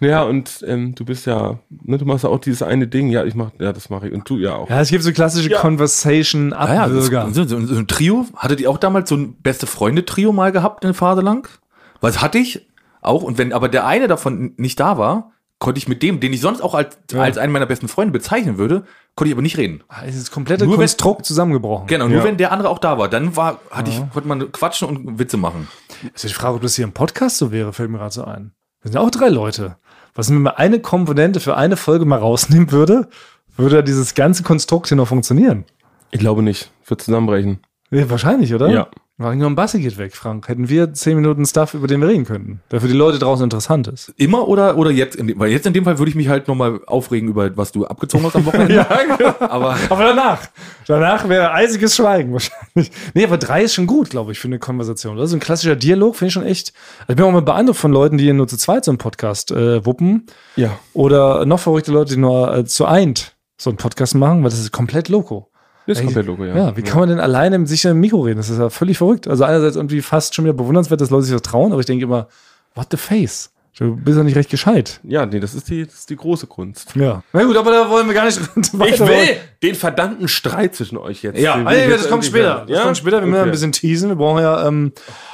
Speaker 4: ja, und ähm, du bist ja, ne, du machst ja auch dieses eine Ding. Ja, ich mach, ja, das mache ich. Und du ja auch.
Speaker 3: Ja, es gibt so klassische
Speaker 4: Ja.
Speaker 2: Naja,
Speaker 4: Also
Speaker 3: Conversation-Abwürger.
Speaker 2: so, so, so ein Trio. Hattet ihr auch damals so ein beste Freunde-Trio mal gehabt, eine Phase lang? Was hatte ich auch. Und wenn aber der eine davon nicht da war, konnte ich mit dem, den ich sonst auch als, als einen meiner besten Freunde bezeichnen würde, konnte ich aber nicht reden.
Speaker 3: Ah, Es ist das komplette
Speaker 2: Nur wenn-
Speaker 3: Konstrukt zusammengebrochen.
Speaker 2: Genau, nur
Speaker 4: Ja.
Speaker 2: wenn der andere auch da war, dann war, hatte ich, konnte man quatschen und Witze machen.
Speaker 3: Also ich frage, ob das hier im Podcast so wäre, fällt mir gerade so ein. Wir sind ja auch drei Leute. Was wenn man eine Komponente für eine Folge mal rausnehmen würde, würde ja dieses ganze Konstrukt hier noch funktionieren.
Speaker 4: Ich glaube nicht. Wird zusammenbrechen.
Speaker 3: Ja, wahrscheinlich, oder?
Speaker 4: Ja.
Speaker 3: War nur ein Bassi geht weg, Frank. Hätten wir zehn Minuten Stuff, über den wir reden könnten. Der für die Leute draußen interessant ist.
Speaker 2: Immer oder, oder jetzt, in dem, weil jetzt in dem Fall würde ich mich halt nochmal aufregen über, was du abgezogen hast am Wochenende.
Speaker 4: genau.
Speaker 2: Aber
Speaker 3: Aber danach. Danach wäre eisiges Schweigen wahrscheinlich. Nee, aber drei ist schon gut, glaube ich, für eine Konversation. Oder? So ein klassischer Dialog finde ich schon echt. Also ich bin auch mal beeindruckt von Leuten, die nur zu zweit so einen Podcast äh, wuppen.
Speaker 4: Ja.
Speaker 3: Oder noch verrückte Leute, die nur äh, zu eint so einen Podcast machen, weil das ist komplett loco.
Speaker 4: Das ist
Speaker 3: Ey,
Speaker 4: komplett Logo, ja.
Speaker 3: Ja, wie kann man denn alleine mit sich in einem Mikro reden? Das ist ja völlig verrückt. Also einerseits irgendwie fast schon wieder bewundernswert, dass Leute sich das trauen, aber ich denke immer, what the face? Du bist ja nicht recht gescheit.
Speaker 4: Ja, nee, das ist die, das ist die große Kunst.
Speaker 3: Ja. Na gut, aber da wollen wir gar nicht
Speaker 4: Ich will den verdammten Streit zwischen euch jetzt.
Speaker 3: Ja,
Speaker 4: Den
Speaker 3: nee,
Speaker 4: will ich
Speaker 3: das
Speaker 4: jetzt
Speaker 3: kommt
Speaker 4: endlich
Speaker 3: später.
Speaker 4: haben.
Speaker 3: Das kommt später. Wir müssen
Speaker 4: Okay.
Speaker 3: ein bisschen teasen. Wir brauchen ja, ähm,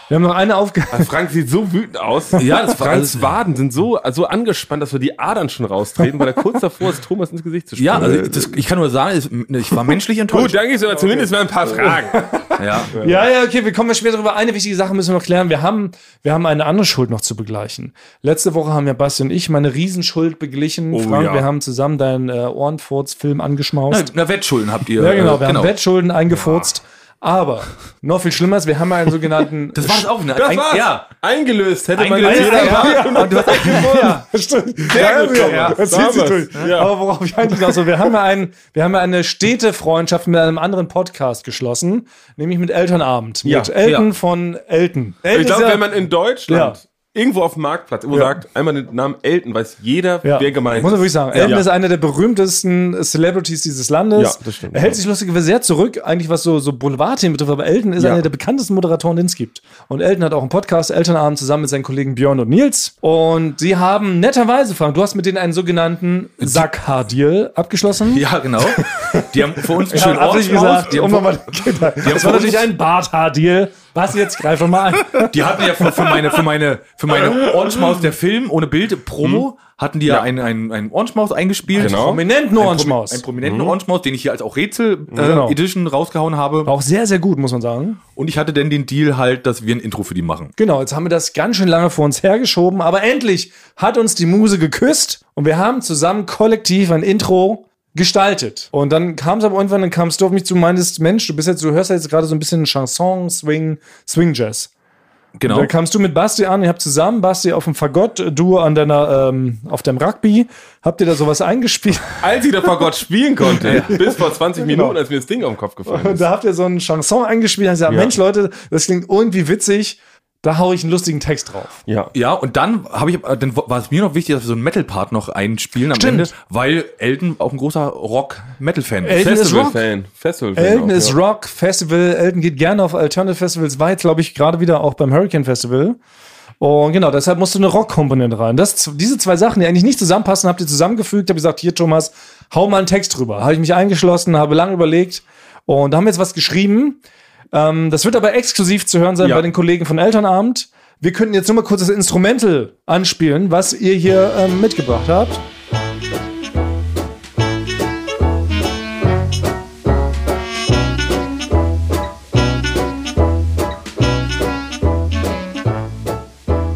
Speaker 3: wir haben noch eine Aufgabe.
Speaker 4: Frank sieht so wütend aus.
Speaker 2: Ja, das war
Speaker 4: Franks
Speaker 2: alles-
Speaker 4: Waden sind so, so angespannt, dass wir die Adern schon raustreten, weil er kurz davor ist, Thomas ins Gesicht zu
Speaker 2: Ja,
Speaker 4: springen.
Speaker 2: also das, ich kann nur sagen, es- ich war menschlich
Speaker 4: Äh.
Speaker 2: enttäuscht. Äh.
Speaker 4: Gut, dann gibt es aber zumindest mal ein paar Fragen.
Speaker 2: Ja.
Speaker 3: Ja, ja, okay, wir kommen ja später drüber. Eine wichtige Sache müssen wir noch klären. Wir haben, wir haben eine andere Schuld noch zu begleichen. Letzte Woche haben ja Basti und ich meine Riesenschuld beglichen.
Speaker 2: Oh,
Speaker 3: Frank,
Speaker 4: ja.
Speaker 3: wir haben zusammen deinen äh, Ohrenfurz-Film
Speaker 2: Na,
Speaker 3: angeschmaust.
Speaker 2: na, Wettschulden habt ihr.
Speaker 3: Ja, genau,
Speaker 2: äh,
Speaker 3: wir haben Wettschulden eingefurzt. Aber noch viel schlimmer ist, wir haben einen sogenannten.
Speaker 2: Das war es auch, ne? Ein- Ja.
Speaker 4: Eingelöst hätte
Speaker 2: Eingelöst,
Speaker 4: man jetzt
Speaker 2: ja.
Speaker 4: jeder. Und du hast
Speaker 3: Ja, stimmt. Ja,
Speaker 4: gut,
Speaker 3: ja,
Speaker 4: Thomas.
Speaker 3: ja. Das zieht
Speaker 4: Damals.
Speaker 3: sich durch.
Speaker 4: Ja.
Speaker 3: Aber worauf ich eigentlich noch so, wir haben ja einen, wir haben ja eine stete Freundschaft mit einem anderen Podcast geschlossen, nämlich mit Elternabend.
Speaker 4: Ja,
Speaker 3: Mit Elton
Speaker 2: ja.
Speaker 3: von Elton. Elton
Speaker 4: Ich
Speaker 3: ist
Speaker 4: glaube,
Speaker 3: ja-
Speaker 4: wenn man in Deutschland irgendwo auf dem Marktplatz immer
Speaker 3: Ja.
Speaker 4: sagt, einmal den Namen Elton, weiß jeder,
Speaker 3: Ja.
Speaker 4: wer gemeint
Speaker 3: Muss man wirklich sagen. Elton
Speaker 4: Ja.
Speaker 3: ist einer der berühmtesten Celebrities dieses Landes.
Speaker 4: Ja, das stimmt.
Speaker 3: Er hält sich lustigerweise sehr zurück, eigentlich was so, so Boulevardthemen betrifft, aber Elton ist
Speaker 4: Ja.
Speaker 3: einer der bekanntesten Moderatoren, den es gibt. Und Elton hat auch einen Podcast, Elternabend, zusammen mit seinen Kollegen Björn und Nils. Und sie haben netterweise, Frank, du hast mit denen einen sogenannten Sackhaar-Deal abgeschlossen.
Speaker 2: Ja, genau. Die haben für uns einen
Speaker 3: Ja,
Speaker 2: schönen
Speaker 3: hab ich
Speaker 2: Ort
Speaker 3: gesagt,
Speaker 2: Die, haben
Speaker 3: um
Speaker 2: für,
Speaker 3: nochmal- das war
Speaker 2: von
Speaker 3: natürlich
Speaker 2: uns-
Speaker 3: ein Barthaar-Deal. Was jetzt? Greif doch mal ein.
Speaker 2: die hatten ja für, für meine, für meine, für meine Orange Maus, der Film ohne Bild, Promo, hatten die ja, einen, einen, einen Orange Maus eingespielt.
Speaker 4: Genau.
Speaker 3: Prominenten Orange
Speaker 2: Einen
Speaker 3: Maus.
Speaker 2: prominenten Orange Maus, den ich hier als auch Rätsel äh,
Speaker 3: Genau.
Speaker 2: Edition rausgehauen habe.
Speaker 3: Auch sehr, sehr gut, muss man sagen.
Speaker 2: Und ich hatte dann den Deal halt, dass wir ein Intro für die machen.
Speaker 3: Genau, jetzt haben wir das ganz schön lange vor uns hergeschoben, aber endlich hat uns die Muse geküsst und wir haben zusammen kollektiv ein Intro gestaltet. Und dann kam es aber irgendwann, dann kamst du auf mich zu und meintest, Mensch, du bist jetzt, du hörst ja jetzt gerade so ein bisschen Chanson, Swing, Swing Jazz.
Speaker 2: Genau.
Speaker 3: Da kamst du mit Basti an, ihr habt zusammen, Basti auf dem Fagott, du an deiner, ähm, auf deinem Rugby, habt ihr da sowas eingespielt?
Speaker 4: Als ich da vor Gott spielen konnte, bis vor 20 Minuten, als mir das Ding auf den Kopf gefallen
Speaker 3: genau. Und
Speaker 4: ist.
Speaker 3: da habt ihr so einen Chanson eingespielt und habt gesagt, Mensch Leute, das klingt irgendwie witzig, da hau ich einen lustigen Text drauf.
Speaker 4: Ja.
Speaker 2: Ja, und dann habe ich, äh, dann war es mir noch wichtig, dass wir so einen Metal-Part noch einspielen am
Speaker 3: Stimmt.
Speaker 2: Ende, weil Elton auch ein großer Rock-Metal-Fan ist.
Speaker 3: Elton ist Rock.
Speaker 4: Festival-Fan. Festival-Fan.
Speaker 3: Elton
Speaker 4: auch,
Speaker 3: ist
Speaker 4: ja.
Speaker 3: Rock Festival. Elton geht gerne auf Alternative Festivals. War jetzt, glaube ich, gerade wieder auch beim Hurricane Festival. Und genau, deshalb musste eine Rock-Komponente rein. Das, diese zwei Sachen, die eigentlich nicht zusammenpassen, habt ihr zusammengefügt. Hab gesagt, hier, Thomas, hau mal einen Text drüber. Habe ich mich eingeschlossen, habe lange überlegt. Und da haben wir jetzt was geschrieben. Ähm, das wird aber exklusiv zu hören sein
Speaker 4: Ja.
Speaker 3: bei den Kollegen von Elternabend. Wir könnten jetzt nur mal kurz das Instrumental anspielen, was ihr hier ähm, mitgebracht habt.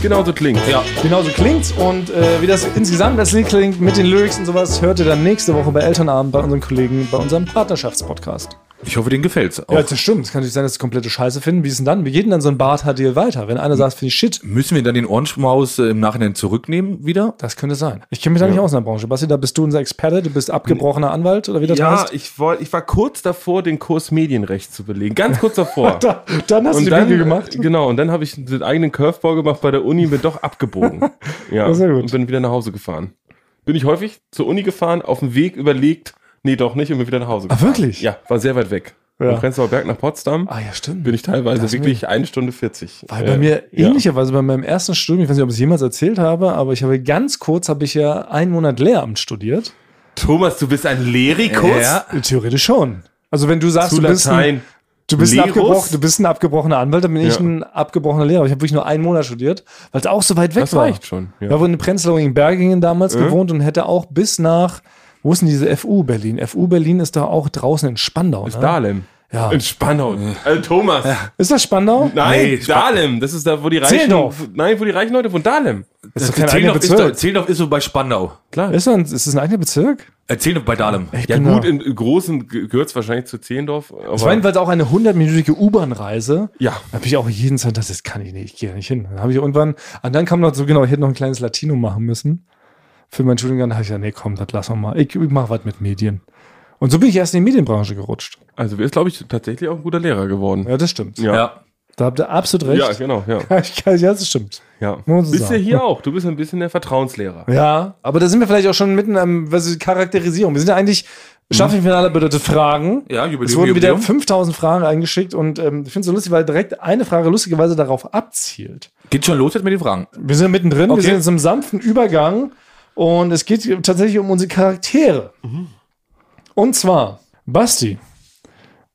Speaker 4: Genau so klingt. Ja.
Speaker 3: Genauso klingt's und äh, wie das insgesamt das Lied klingt mit den Lyrics und sowas, hört ihr dann nächste Woche bei Elternabend bei unseren Kollegen bei unserem Partnerschaftspodcast.
Speaker 2: Ich hoffe, denen gefällt's. Auch.
Speaker 3: Ja, das stimmt. Es kann natürlich sein, dass sie komplette Scheiße finden. Wie ist denn dann? Wir gehen dann so ein Bart-Deal weiter. Wenn einer sagt, finde ich shit,
Speaker 2: Müssen wir dann den Orange Maus äh, im Nachhinein zurücknehmen wieder?
Speaker 3: das könnte sein. Ich kenne mich da nicht aus in der Branche. Basti, da bist du unser Experte, du bist abgebrochener Anwalt oder wie das
Speaker 4: Ja,
Speaker 3: heißt.
Speaker 4: ich, wollt, ich war kurz davor, den Kurs Medienrecht zu belegen. Ganz kurz davor.
Speaker 3: Da, dann hast du die Bibel gemacht.
Speaker 4: Genau, und dann habe ich den eigenen Curveball gemacht bei der Uni und bin doch abgebogen. ja,
Speaker 3: Sehr gut.
Speaker 4: und bin wieder nach Hause gefahren. Bin ich häufig zur Uni gefahren, auf dem Weg überlegt, nee, doch nicht, und bin wieder nach Hause gefahren.
Speaker 3: wirklich?
Speaker 4: Ja, war sehr weit weg.
Speaker 3: Ja.
Speaker 4: Von Prenzlauer Berg nach Potsdam
Speaker 3: Ah ja, stimmt.
Speaker 4: bin Äh, ich teilweise wirklich eine Stunde 40.
Speaker 3: Weil bei mir ähnlicherweise bei meinem ersten Studium, ich weiß nicht, ob ich es jemals erzählt habe, aber ich habe ganz kurz, habe ich ja einen Monat Lehramt studiert.
Speaker 4: Thomas, du bist ein Lerikus?
Speaker 2: Ja.
Speaker 3: Theoretisch schon. Also wenn du sagst,
Speaker 4: Zu
Speaker 3: du bist ein,
Speaker 4: Latein.
Speaker 3: Du bist, ein
Speaker 4: Lehrers?
Speaker 3: abgebrochen, du bist ein abgebrochener Anwalt, dann bin ich
Speaker 4: Ja.
Speaker 3: ein abgebrochener Lehrer. Ich habe wirklich nur einen Monat studiert, weil es auch so weit weg
Speaker 4: Das
Speaker 3: war.
Speaker 4: reicht schon, ja.
Speaker 3: Ja.
Speaker 4: Äh?
Speaker 3: Da wurde in Prenzlauer in Bergingen damals gewohnt und hätte auch bis nach, wo ist denn diese FU Berlin? FU Berlin ist da auch draußen in Spandau. Ist, ne?
Speaker 4: Dahlem.
Speaker 3: Ja. Äh.
Speaker 4: In Spandau. Also Thomas.
Speaker 3: ist das Spandau?
Speaker 4: Nein,
Speaker 2: Nee, Spa-
Speaker 4: Dahlem. Das ist da, wo die reichen.
Speaker 3: Zehlendorf.
Speaker 4: Nein, wo die reichen Leute von Dahlem.
Speaker 3: ist doch kein eigener
Speaker 2: Zehlendorf ist, doch,
Speaker 3: Bezirk.
Speaker 2: Zehlendorf ist so bei Spandau.
Speaker 4: Klar.
Speaker 3: Ist, das ein, ist das ein eigener Bezirk? Genau.
Speaker 2: Äh, Zehlendorf bei Dahlem.
Speaker 3: Ich
Speaker 4: Ja,
Speaker 3: bin
Speaker 4: gut,
Speaker 3: da-
Speaker 4: im Großen gehört es wahrscheinlich zu Zehlendorf. Aber
Speaker 3: Ich meine, weil es auch eine 100-minütige U-Bahn-Reise.
Speaker 4: Ja.
Speaker 3: Da habe ich auch jeden Zeit, das kann ich nicht, ich gehe da nicht hin. Dann habe ich irgendwann, und dann kam noch so, genau, ich hätte noch ein kleines Latino machen müssen. Für meinen Studiengang habe ich gesagt, nee, komm, das lassen wir mal. Ich, ich mache was mit Medien. Und so bin ich erst in die Medienbranche gerutscht.
Speaker 4: also, er ist, glaube ich, tatsächlich auch ein guter Lehrer geworden.
Speaker 3: Ja, das stimmt.
Speaker 2: Ja.
Speaker 3: Da habt ihr absolut recht.
Speaker 4: Ja, genau, ja.
Speaker 3: Ich kann- ja, das stimmt.
Speaker 4: ja.
Speaker 3: Muss ich
Speaker 4: Bist du
Speaker 3: sagen.
Speaker 4: hier auch? Du bist ein bisschen der Vertrauenslehrer.
Speaker 3: Ja, aber da sind wir vielleicht auch schon mitten am, was ist Charakterisierung. Wir sind ja eigentlich,
Speaker 4: Mhm.
Speaker 3: Staffelfinale bedeutet Fragen.
Speaker 2: Ja, Jubiläum,
Speaker 3: Es wurden wieder
Speaker 2: Jubiläum.
Speaker 3: 5000 Fragen eingeschickt und ähm, ich finde es so lustig, weil direkt eine Frage lustigerweise darauf abzielt.
Speaker 2: Geht schon los jetzt mit den Fragen.
Speaker 3: Wir sind mittendrin, wir
Speaker 2: Okay.
Speaker 3: sind in so einem sanften Übergang und es geht tatsächlich um unsere Charaktere. Und zwar, Basti,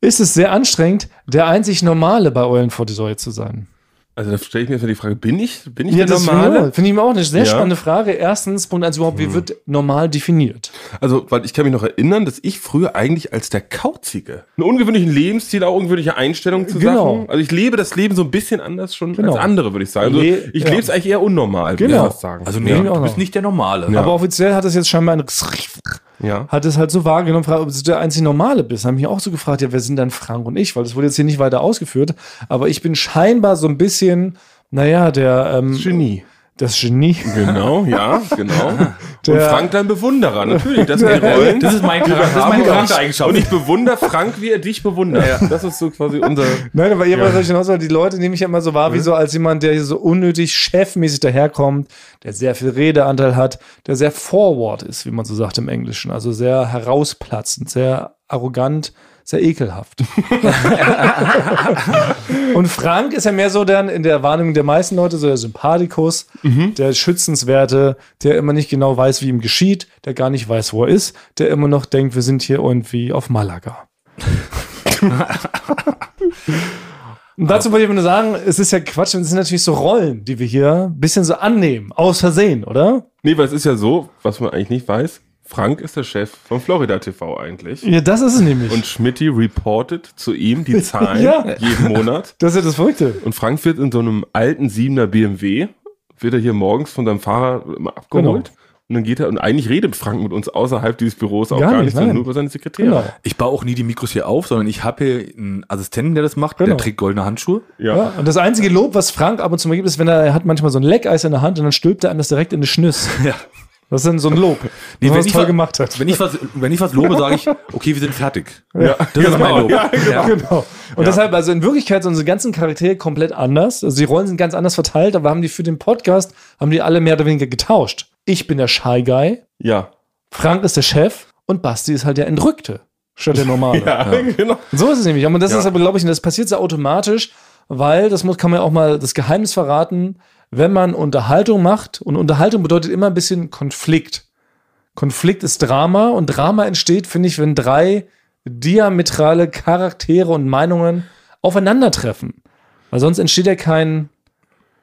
Speaker 3: ist es sehr anstrengend, der einzig Normale bei Eulen vor die Säue zu sein?
Speaker 4: Also da stelle ich mir jetzt mal die Frage, bin ich, bin ich der
Speaker 3: das
Speaker 4: Normale?
Speaker 3: Finde ich auch eine sehr
Speaker 4: Ja. Hm.
Speaker 3: spannende Frage. Erstens, Punkt eins überhaupt, wie wird normal definiert?
Speaker 4: Also, weil ich kann mich noch erinnern, dass ich früher eigentlich als der Kauzige einen ungewöhnlichen Lebensstil, auch ungewöhnliche Einstellung zu
Speaker 3: Genau.
Speaker 4: Sachen. Also ich lebe das Leben so ein bisschen anders schon
Speaker 3: Genau.
Speaker 4: als andere, würde ich sagen. Also
Speaker 3: Le-
Speaker 4: ich
Speaker 3: ja.
Speaker 4: lebe es eigentlich eher unnormal, würde
Speaker 3: Genau.
Speaker 4: ich fast sagen.
Speaker 2: Also nee,
Speaker 4: ja.
Speaker 3: auch
Speaker 2: du bist
Speaker 3: noch.
Speaker 2: nicht der Normale.
Speaker 4: Ja.
Speaker 3: Aber offiziell hat es jetzt scheinbar ein
Speaker 4: ja.
Speaker 3: hat es halt so wahrgenommen, fragt, ob du der einzige Normale bist. Haben mich auch so gefragt, ja, wer sind dann Frank und ich? Weil das wurde jetzt hier nicht weiter ausgeführt. Aber ich bin scheinbar so ein bisschen, naja, der ähm,
Speaker 4: Genie.
Speaker 3: das Genie.
Speaker 4: Genau, ja, genau. Und
Speaker 3: Der-
Speaker 4: Frank dein Bewunderer, natürlich, das sind die Rollen.
Speaker 2: Das ist mein Charakter. Das ist meine
Speaker 4: Und
Speaker 2: Charaktereigenschaft.
Speaker 4: ich bewundere Frank, wie er dich bewundert. Das ist so quasi unser.
Speaker 3: Nein, aber ihr wollt euch hinaus, weil die Leute nehme ich ja immer so wahr, wie so als jemand, der so unnötig chefmäßig daherkommt, der sehr viel Redeanteil hat, der sehr forward ist, wie man so sagt im Englischen. Also sehr herausplatzend, sehr arrogant, sehr ekelhaft. Und Frank ist ja mehr so dann in der Wahrnehmung der meisten Leute so der Sympathikus, der Schützenswerte, der immer nicht genau weiß, wie ihm geschieht, der gar nicht weiß, wo er ist, der immer noch denkt, wir sind hier irgendwie auf Malaga. Und dazu wollte ich aber nur sagen, es ist ja Quatsch, es sind natürlich so Rollen, die wir hier ein bisschen so annehmen, aus Versehen, oder?
Speaker 4: Nee, weil es ist ja so, was man eigentlich nicht weiß. Frank ist der Chef von Florida TV eigentlich.
Speaker 3: Ja, das ist es nämlich.
Speaker 4: Und Schmitty reportet zu ihm die Zahlen
Speaker 3: Ja.
Speaker 4: jeden Monat.
Speaker 3: das ist ja das Verrückte.
Speaker 4: Und Frank wird in so einem alten 7er BMW, wird er hier morgens von seinem Fahrer immer abgeholt.
Speaker 3: Genau.
Speaker 4: Und dann geht er, und eigentlich redet Frank mit uns außerhalb dieses Büros auch
Speaker 3: Gar
Speaker 4: gar,
Speaker 3: nicht,
Speaker 4: nicht, sondern
Speaker 3: nein. Genau.
Speaker 4: nur über seine Sekretärin.
Speaker 2: Ich baue auch nie die Mikros hier auf, sondern ich habe hier einen Assistenten, der das macht.
Speaker 3: Genau.
Speaker 2: Der trägt goldene Handschuhe.
Speaker 4: Ja.
Speaker 3: Ja, und das einzige Lob, was Frank ab und zu mal gibt, ist, wenn er, er hat manchmal so ein Leckeis in der Hand und dann stülpt er einem das direkt in die Schnüss.
Speaker 2: Ja.
Speaker 3: Das ist dann so ein Lob, nee, was
Speaker 2: wenn
Speaker 3: er
Speaker 2: ich
Speaker 3: toll
Speaker 2: wa-
Speaker 3: gemacht hat.
Speaker 2: Wenn ich was, wenn ich was lobe, sage ich, okay, wir sind fertig.
Speaker 4: Ja.
Speaker 2: Das ist mein Lob.
Speaker 4: Ja,
Speaker 2: Ja.
Speaker 3: Genau. Und deshalb, also in Wirklichkeit sind unsere ganzen Charaktere komplett anders. Also die Rollen sind ganz anders verteilt, aber haben die für den Podcast, haben die alle mehr oder weniger getauscht. Ich bin der Shy Guy,
Speaker 4: ja.
Speaker 3: Frank ist der Chef und Basti ist halt der Entrückte statt der Normale.
Speaker 4: Ja, genau.
Speaker 3: Und So ist es nämlich. Und das ist aber, glaube ich, und das passiert sehr automatisch, weil das muss, kann man ja auch mal das Geheimnis verraten, wenn man Unterhaltung macht. Und Unterhaltung bedeutet immer ein bisschen Konflikt. Konflikt ist Drama und Drama entsteht, finde ich, wenn drei diametrale Charaktere und Meinungen aufeinandertreffen. Weil sonst entsteht ja kein,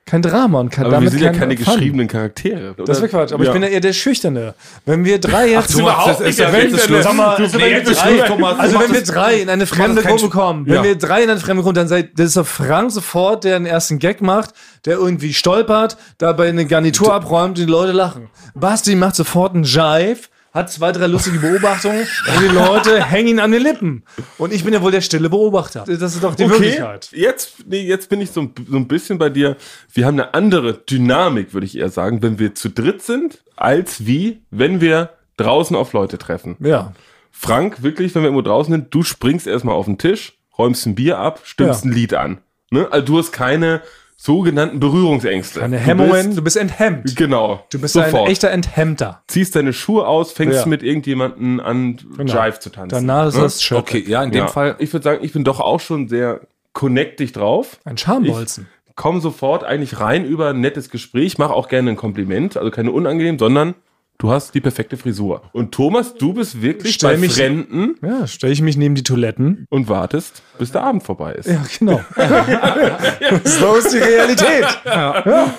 Speaker 3: kein Drama und kein
Speaker 4: Aber wir
Speaker 3: damit
Speaker 4: sind ja
Speaker 3: kein
Speaker 4: keine
Speaker 3: Fun.
Speaker 4: geschriebenen Charaktere. Oder?
Speaker 3: Das wäre Quatsch, aber ich bin ja eher der Schüchterne. Wenn wir drei jetzt.
Speaker 2: Äh, du machst das- ist ja
Speaker 3: wenn,
Speaker 2: jetzt Schluss.
Speaker 3: sag mal,
Speaker 2: Du-
Speaker 3: also
Speaker 2: nee,
Speaker 3: wenn wir
Speaker 2: jetzt ist
Speaker 3: drei,
Speaker 2: Schluss, Thomas. Du
Speaker 3: also wenn
Speaker 2: machst
Speaker 3: wir
Speaker 2: das-
Speaker 3: drei in eine fremde
Speaker 2: machst keinen
Speaker 3: Gruppe kommen, wenn
Speaker 4: Ja.
Speaker 3: wir drei in eine fremde Gruppe, dann seid, das ist doch Frank sofort, der den ersten Gag macht, der irgendwie stolpert, dabei eine Garnitur abräumt und die Leute lachen. Basti macht sofort einen Jive. Hat zwei, drei lustige Beobachtungen und die Leute hängen ihn an den Lippen. Und ich bin ja wohl der stille Beobachter. Das ist doch die
Speaker 4: Okay,
Speaker 3: Wirklichkeit.
Speaker 4: jetzt, nee, jetzt bin ich so, ein- so ein bisschen bei dir. Wir haben eine andere Dynamik, würde ich eher sagen, wenn wir zu dritt sind, als wie, wenn wir draußen auf Leute treffen.
Speaker 3: Ja.
Speaker 4: Frank, wirklich, wenn wir irgendwo draußen sind, du springst erstmal auf den Tisch, räumst ein Bier ab, stimmst
Speaker 3: Ja.
Speaker 4: ein Lied an. Ne? Also du hast keine sogenannten Berührungsängste.
Speaker 3: Deine
Speaker 4: Du
Speaker 3: Hemmungen,
Speaker 4: bist-
Speaker 3: du bist enthemmt.
Speaker 4: Genau.
Speaker 3: Du bist
Speaker 4: sofort.
Speaker 3: ein echter Enthemmter.
Speaker 4: Ziehst deine Schuhe aus, fängst
Speaker 3: Ja. Genau.
Speaker 4: mit irgendjemandem an, Jive zu tanzen. Ne?
Speaker 3: Danach ist das Shirt.
Speaker 2: Ne? Okay, ja, in dem
Speaker 4: ja.
Speaker 2: Fall.
Speaker 4: Ich würde sagen, ich bin doch auch schon sehr connectig drauf.
Speaker 3: Ein Schambolzen.
Speaker 4: komm sofort eigentlich rein über ein nettes Gespräch, mach auch gerne ein Kompliment, also keine unangenehm, sondern du hast die perfekte Frisur. Und Thomas, du bist wirklich
Speaker 3: Stell
Speaker 4: bei
Speaker 3: mich-
Speaker 4: Fremden
Speaker 3: Ja, stelle ich mich neben die Toiletten.
Speaker 4: und wartest, bis der Abend vorbei ist.
Speaker 3: Ja, genau. so ist die Realität. Ja.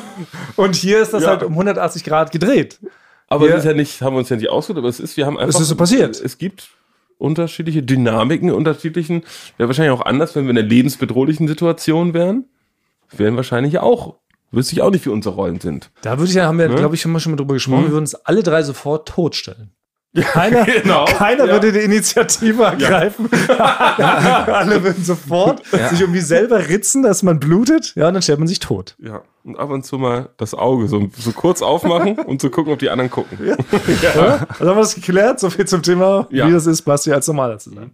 Speaker 3: Und hier ist das
Speaker 4: Ja.
Speaker 3: halt um 180 Grad gedreht.
Speaker 4: Aber
Speaker 3: Ja.
Speaker 4: es ist ja nicht, haben wir uns ja nicht ausgedacht, aber es ist, wir haben einfach.
Speaker 3: ist so passiert.
Speaker 4: Es gibt unterschiedliche Dynamiken, unterschiedlichen, wäre wahrscheinlich auch anders, wenn wir in einer lebensbedrohlichen Situation wären, wären wahrscheinlich auch, wüsste ich auch nicht, wie unsere Rollen sind.
Speaker 3: Da würde ich ja, haben
Speaker 4: Ne?
Speaker 3: wir, glaube ich, schon mal, schon mal drüber
Speaker 4: Mhm.
Speaker 3: gesprochen, wir würden uns alle drei sofort totstellen. Keiner,
Speaker 4: genau.
Speaker 3: keiner
Speaker 4: Ja.
Speaker 3: würde die Initiative ergreifen. alle würden sofort sich irgendwie selber ritzen, dass man blutet. Ja, und dann stellt man sich tot.
Speaker 4: Ja. und ab und zu mal das Auge so, so kurz aufmachen, um zu gucken, ob die anderen gucken.
Speaker 3: Also haben wir das geklärt, so viel zum Thema,
Speaker 4: Ja.
Speaker 3: wie das ist, Basti als Normaler zu sein.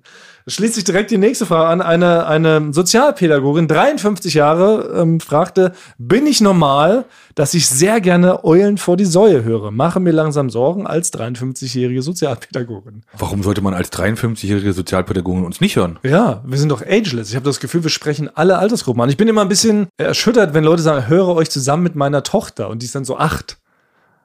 Speaker 3: Schließt sich direkt die nächste Frage an. Eine, eine Sozialpädagogin, 53 Jahre, ähm, fragte, bin ich normal, dass ich sehr gerne Eulen vor die Säue höre? Mache mir langsam Sorgen als 53-jährige Sozialpädagogin.
Speaker 2: Warum sollte man als 53-jährige Sozialpädagogin uns nicht hören?
Speaker 3: Ja, wir sind doch ageless. Ich habe das Gefühl, wir sprechen alle Altersgruppen an. Ich bin immer ein bisschen erschüttert, wenn Leute sagen, höre euch zusammen mit meiner Tochter und die ist dann so acht.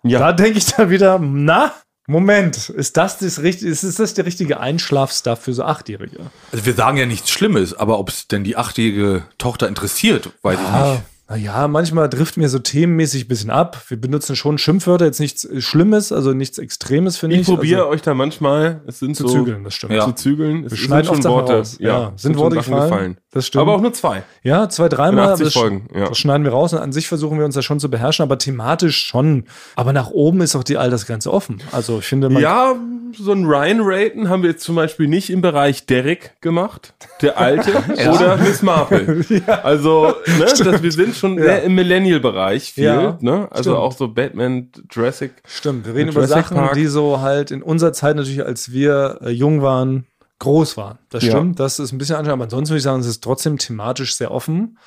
Speaker 4: Ja.
Speaker 3: Da denke ich dann wieder, na, Moment, ist das, das, richtig, ist, ist das der richtige Einschlafstuff für so Achtjährige?
Speaker 2: Also wir sagen ja nichts Schlimmes, aber ob es denn die achtjährige Tochter interessiert, weiß ich
Speaker 3: Ah,
Speaker 2: nicht.
Speaker 3: naja, manchmal trifft mir so themenmäßig ein bisschen ab. Wir benutzen schon Schimpfwörter, jetzt nichts Schlimmes, also nichts Extremes, finde
Speaker 4: Ich,
Speaker 3: ich.
Speaker 4: probiere
Speaker 3: also,
Speaker 4: euch da manchmal, es sind
Speaker 3: zu
Speaker 4: so
Speaker 3: zügeln, das stimmt.
Speaker 2: Ja.
Speaker 4: zu zügeln. Es
Speaker 3: Wir schneiden oft Sachen raus. Ja, sind Worte
Speaker 4: schon Sachen
Speaker 3: gefallen? Das stimmt.
Speaker 4: Aber auch nur zwei.
Speaker 3: Ja, zwei,
Speaker 4: In
Speaker 3: dreimal.
Speaker 4: 80
Speaker 3: aber das-
Speaker 4: Folgen. Ja.
Speaker 3: Das schneiden wir raus und an sich versuchen wir uns da schon zu beherrschen, aber thematisch schon. Aber nach oben ist auch die Altersgrenze offen. Also ich finde, man
Speaker 4: ja, so ein Ryan Raten haben wir jetzt zum Beispiel nicht im Bereich Derek gemacht, der Alte oder Miss Marple. Also, ne, das, wir sind schon sehr im Millennial-Bereich viel.
Speaker 3: Ja,
Speaker 4: Ne? Also
Speaker 3: stimmt.
Speaker 4: auch so Batman, Jurassic.
Speaker 3: stimmt. Wir reden
Speaker 4: Im
Speaker 3: über
Speaker 4: Jurassic
Speaker 3: Sachen,
Speaker 4: Park.
Speaker 3: die so halt in unserer Zeit natürlich, als wir äh, jung waren, groß waren. Das
Speaker 4: Ja.
Speaker 3: stimmt. Das ist ein bisschen anstrengend. Aber ansonsten würde ich sagen, es ist trotzdem thematisch sehr offen.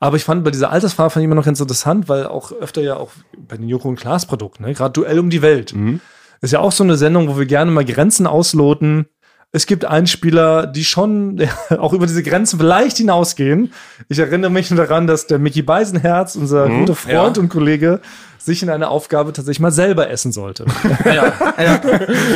Speaker 3: Aber ich fand bei dieser Altersfrage fand ich immer noch ganz interessant, weil auch öfter ja auch bei den Joko und Klaas Produkten, ne, gerade Duell um die Welt, ist ja auch so eine Sendung, wo wir gerne mal Grenzen ausloten. Es gibt Einspieler, die schon ja, auch über diese Grenzen vielleicht hinausgehen. Ich erinnere mich nur daran, dass der Mickey Beisenherz, unser guter Freund
Speaker 2: ja.
Speaker 3: und Kollege, sich in einer Aufgabe tatsächlich mal selber essen sollte.
Speaker 2: Ja, ja.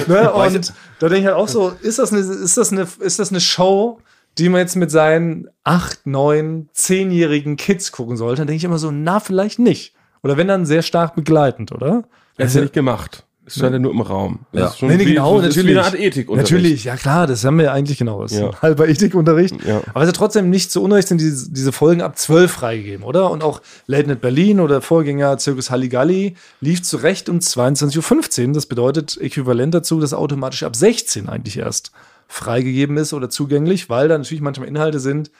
Speaker 3: Ne? Und da denke ich halt auch so, ist das, eine, ist, das eine, ist das eine Show, die man jetzt mit seinen acht, neun, zehnjährigen Kids gucken sollte? Dann denke ich immer so, na, vielleicht nicht. Oder wenn dann sehr stark begleitend, oder?
Speaker 4: Das ist ja nicht gemacht. Es stand ja nur im Raum. Das
Speaker 2: Ja.
Speaker 4: ist schon wie, das Ist wie eine Art Ethik
Speaker 3: genau, Natürlich, ja klar, das haben wir ja eigentlich genau. Das ist
Speaker 4: Ja.
Speaker 3: ein halber Ethikunterricht.
Speaker 4: Ja.
Speaker 3: Aber es ist ja trotzdem nicht zu Unrecht, sind diese, diese Folgen ab 12 freigegeben, oder? Und auch Late Night Berlin oder Vorgänger Zirkus Halligalli lief zu Recht um 22.15 Uhr. Das bedeutet äquivalent dazu, dass automatisch ab 16 eigentlich erst freigegeben ist oder zugänglich, weil da natürlich manchmal Inhalte sind,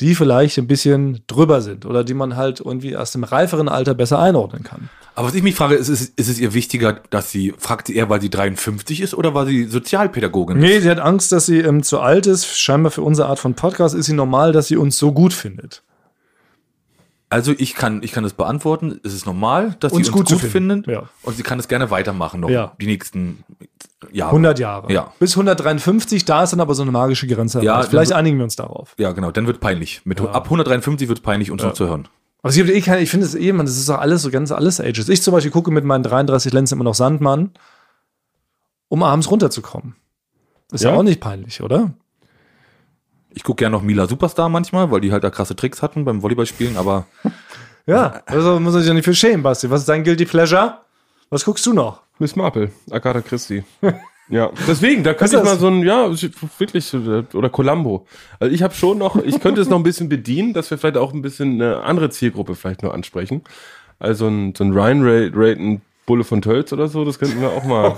Speaker 3: die vielleicht ein bisschen drüber sind oder die man halt irgendwie erst im reiferen Alter besser einordnen kann.
Speaker 2: Aber was ich mich frage, ist, ist, ist es ihr wichtiger, dass sie, fragt sie eher, weil sie 53 ist oder weil sie Sozialpädagogin ist?
Speaker 3: Nee, sie hat Angst, dass sie ähm, zu alt ist. Scheinbar für unsere Art von Podcast ist sie normal, dass sie uns so gut findet.
Speaker 2: Also ich kann, ich kann das beantworten. Es ist normal, dass
Speaker 3: Uns
Speaker 2: sie
Speaker 3: gut
Speaker 2: uns
Speaker 3: zu
Speaker 2: gut,
Speaker 3: finden.
Speaker 2: finden.
Speaker 3: Ja.
Speaker 2: Und sie kann es gerne weitermachen noch
Speaker 3: Ja.
Speaker 2: die nächsten Jahre.
Speaker 3: 100 Jahre.
Speaker 2: Ja.
Speaker 3: Bis 153, da ist dann aber so eine magische Grenze.
Speaker 2: Ja,
Speaker 3: erreicht. Vielleicht
Speaker 2: dann-
Speaker 3: einigen wir uns darauf.
Speaker 2: Ja, genau. Dann wird peinlich. Mit, Ab 153 wird peinlich, uns noch zu hören.
Speaker 3: Aber es gibt eh keine, ich finde es eh, man, das ist doch alles so ganz alles Ages. Ich zum Beispiel gucke mit meinen 33 Lenzen immer noch Sandmann, um abends runterzukommen. Ist ja,
Speaker 4: Ja?
Speaker 3: auch nicht peinlich, oder?
Speaker 2: Ich gucke gerne noch Mila Superstar manchmal, weil die halt da krasse Tricks hatten beim Volleyballspielen, aber
Speaker 3: Ja, also muss man sich ja nicht für schämen, Basti. Was ist dein Guilty Pleasure? Was guckst du noch?
Speaker 4: Miss Marple, Agatha Christie. ja, deswegen, da
Speaker 3: Ist
Speaker 4: könnte
Speaker 3: das-
Speaker 4: ich mal so ein, ja, wirklich, äh, oder Columbo. Also ich habe schon noch, ich könnte es noch ein bisschen bedienen, dass wir vielleicht auch ein bisschen eine andere Zielgruppe vielleicht noch ansprechen. Also ein, so ein Ryan Ra- Raten Bulle von Tölz oder so, das könnten wir auch mal.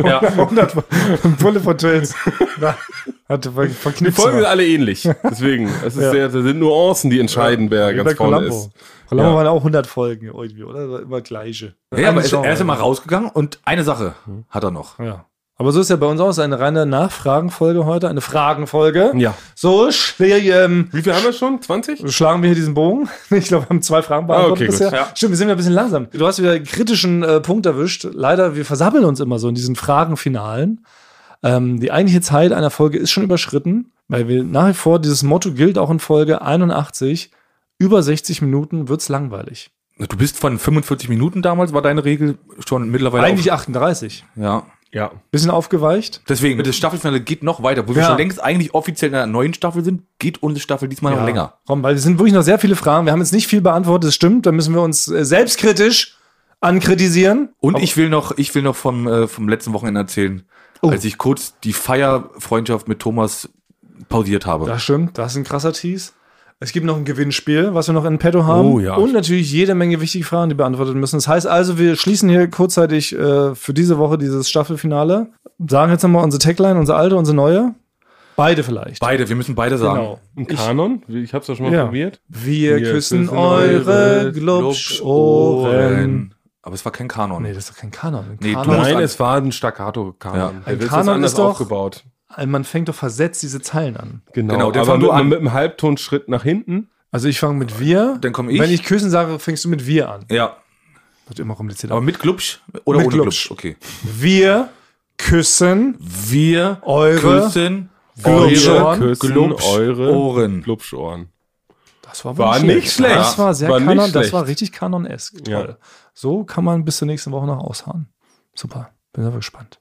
Speaker 4: äh,
Speaker 2: ja.
Speaker 3: 100 Bulle von Twins. Hatte ver
Speaker 4: die
Speaker 3: verknüpft.
Speaker 4: Folgen sind alle ähnlich. Deswegen, es ist
Speaker 3: Ja.
Speaker 4: sehr, da sind Nuancen, die entscheiden, wer
Speaker 3: Wie
Speaker 4: ganz
Speaker 3: bei
Speaker 4: vorne
Speaker 3: Columbo.
Speaker 4: ist.
Speaker 3: Columbo
Speaker 4: Ja.
Speaker 3: waren auch 100 Folgen irgendwie, oder? War Immer gleiche.
Speaker 2: Ja, aber
Speaker 3: Ein
Speaker 2: er ist,
Speaker 3: Genre.
Speaker 2: er ist immer rausgegangen und eine Sache hat er noch.
Speaker 3: Ja. Aber so ist ja bei uns auch es ist eine reine Nachfragenfolge heute, eine Fragenfolge.
Speaker 4: Ja.
Speaker 3: So schl ähm,
Speaker 4: Wie viel haben wir schon? 20?
Speaker 3: schlagen wir hier diesen Bogen. Ich glaube, wir haben zwei Fragen
Speaker 4: Ah,
Speaker 3: beantwortet
Speaker 4: okay, gut.
Speaker 3: bisher.
Speaker 4: Ja.
Speaker 3: Stimmt, wir sind ja ein bisschen langsam. Du hast wieder einen kritischen äh, Punkt erwischt. Leider, wir versammeln uns immer so in diesen Fragenfinalen. Ähm, die eigentliche Zeit einer Folge ist schon überschritten, weil wir nach wie vor, dieses Motto gilt auch in Folge 81, über 60 Minuten wird's langweilig.
Speaker 2: Du bist von 45 Minuten damals, war deine Regel schon mittlerweile.
Speaker 3: Eigentlich 38.
Speaker 2: Auf, ja.
Speaker 4: Ja.
Speaker 3: Bisschen aufgeweicht.
Speaker 2: Deswegen, das Staffelfinale geht noch weiter. Wo wir
Speaker 3: Ja.
Speaker 2: schon längst eigentlich offiziell in einer neuen Staffel sind, geht unsere Staffel diesmal noch länger.
Speaker 3: Komm, weil es sind wirklich noch sehr viele Fragen. Wir haben jetzt nicht viel beantwortet, das stimmt. Da müssen wir uns äh, selbstkritisch ankritisieren.
Speaker 2: Und ich will noch, ich will noch vom, äh, vom letzten Wochenende erzählen, als ich kurz die Feierfreundschaft mit Thomas pausiert habe.
Speaker 3: Das stimmt, das ist ein krasser Tease. Es gibt noch ein Gewinnspiel, was wir noch in petto haben.
Speaker 2: Oh, ja.
Speaker 3: Und natürlich jede Menge wichtige Fragen, die beantwortet müssen. Das heißt also, wir schließen hier kurzzeitig äh, für diese Woche dieses Staffelfinale. Sagen jetzt nochmal unsere Tagline, unsere alte, unsere neue. Beide vielleicht.
Speaker 2: Beide, wir müssen beide sagen.
Speaker 3: Genau.
Speaker 4: Ein Kanon? Ich hab's doch schon mal
Speaker 3: Ja.
Speaker 4: probiert.
Speaker 3: Wir, küssen,
Speaker 4: küssen
Speaker 3: eure
Speaker 4: eure
Speaker 3: Glubschohren.
Speaker 2: Aber es war kein Kanon.
Speaker 3: Oh Nee, das ist doch kein Kanon. Ein
Speaker 2: Nee, du
Speaker 3: Kanon
Speaker 2: musst
Speaker 4: Nein,
Speaker 2: an-
Speaker 4: es war ein Staccato-Kanon.
Speaker 2: Ja.
Speaker 4: Der
Speaker 3: Ein
Speaker 4: Witz
Speaker 3: Kanon
Speaker 4: anders
Speaker 3: ist doch-
Speaker 4: aufgebaut.
Speaker 3: man fängt doch versetzt diese Zeilen an.
Speaker 4: Genau,
Speaker 2: Genau, der
Speaker 4: aber
Speaker 2: fang
Speaker 4: mit,
Speaker 2: du an.
Speaker 4: mit einem Halbtonschritt nach hinten.
Speaker 3: Also ich fange mit wir.
Speaker 2: Dann komm ich.
Speaker 3: Wenn ich küssen sage, fängst du mit wir an.
Speaker 2: Ja,
Speaker 3: Wird immer kompliziert.
Speaker 2: aber mit Glubsch oder
Speaker 3: Mit
Speaker 2: ohne
Speaker 3: Glubsch.
Speaker 2: Glubsch? Okay.
Speaker 3: wir küssen
Speaker 2: Wir
Speaker 3: Eure
Speaker 2: küssen
Speaker 3: Glubschohren.
Speaker 4: küssen eure
Speaker 2: Ohren.
Speaker 4: Glubschohren.
Speaker 3: Das war,
Speaker 4: War
Speaker 3: wohl
Speaker 4: nicht schlecht.
Speaker 3: Das war sehr
Speaker 4: War nicht
Speaker 3: Kanon, das
Speaker 4: schlecht.
Speaker 3: war richtig Kanonesk. Toll. So kann man bis zur nächsten Woche noch ausharren. Super. Bin aber gespannt.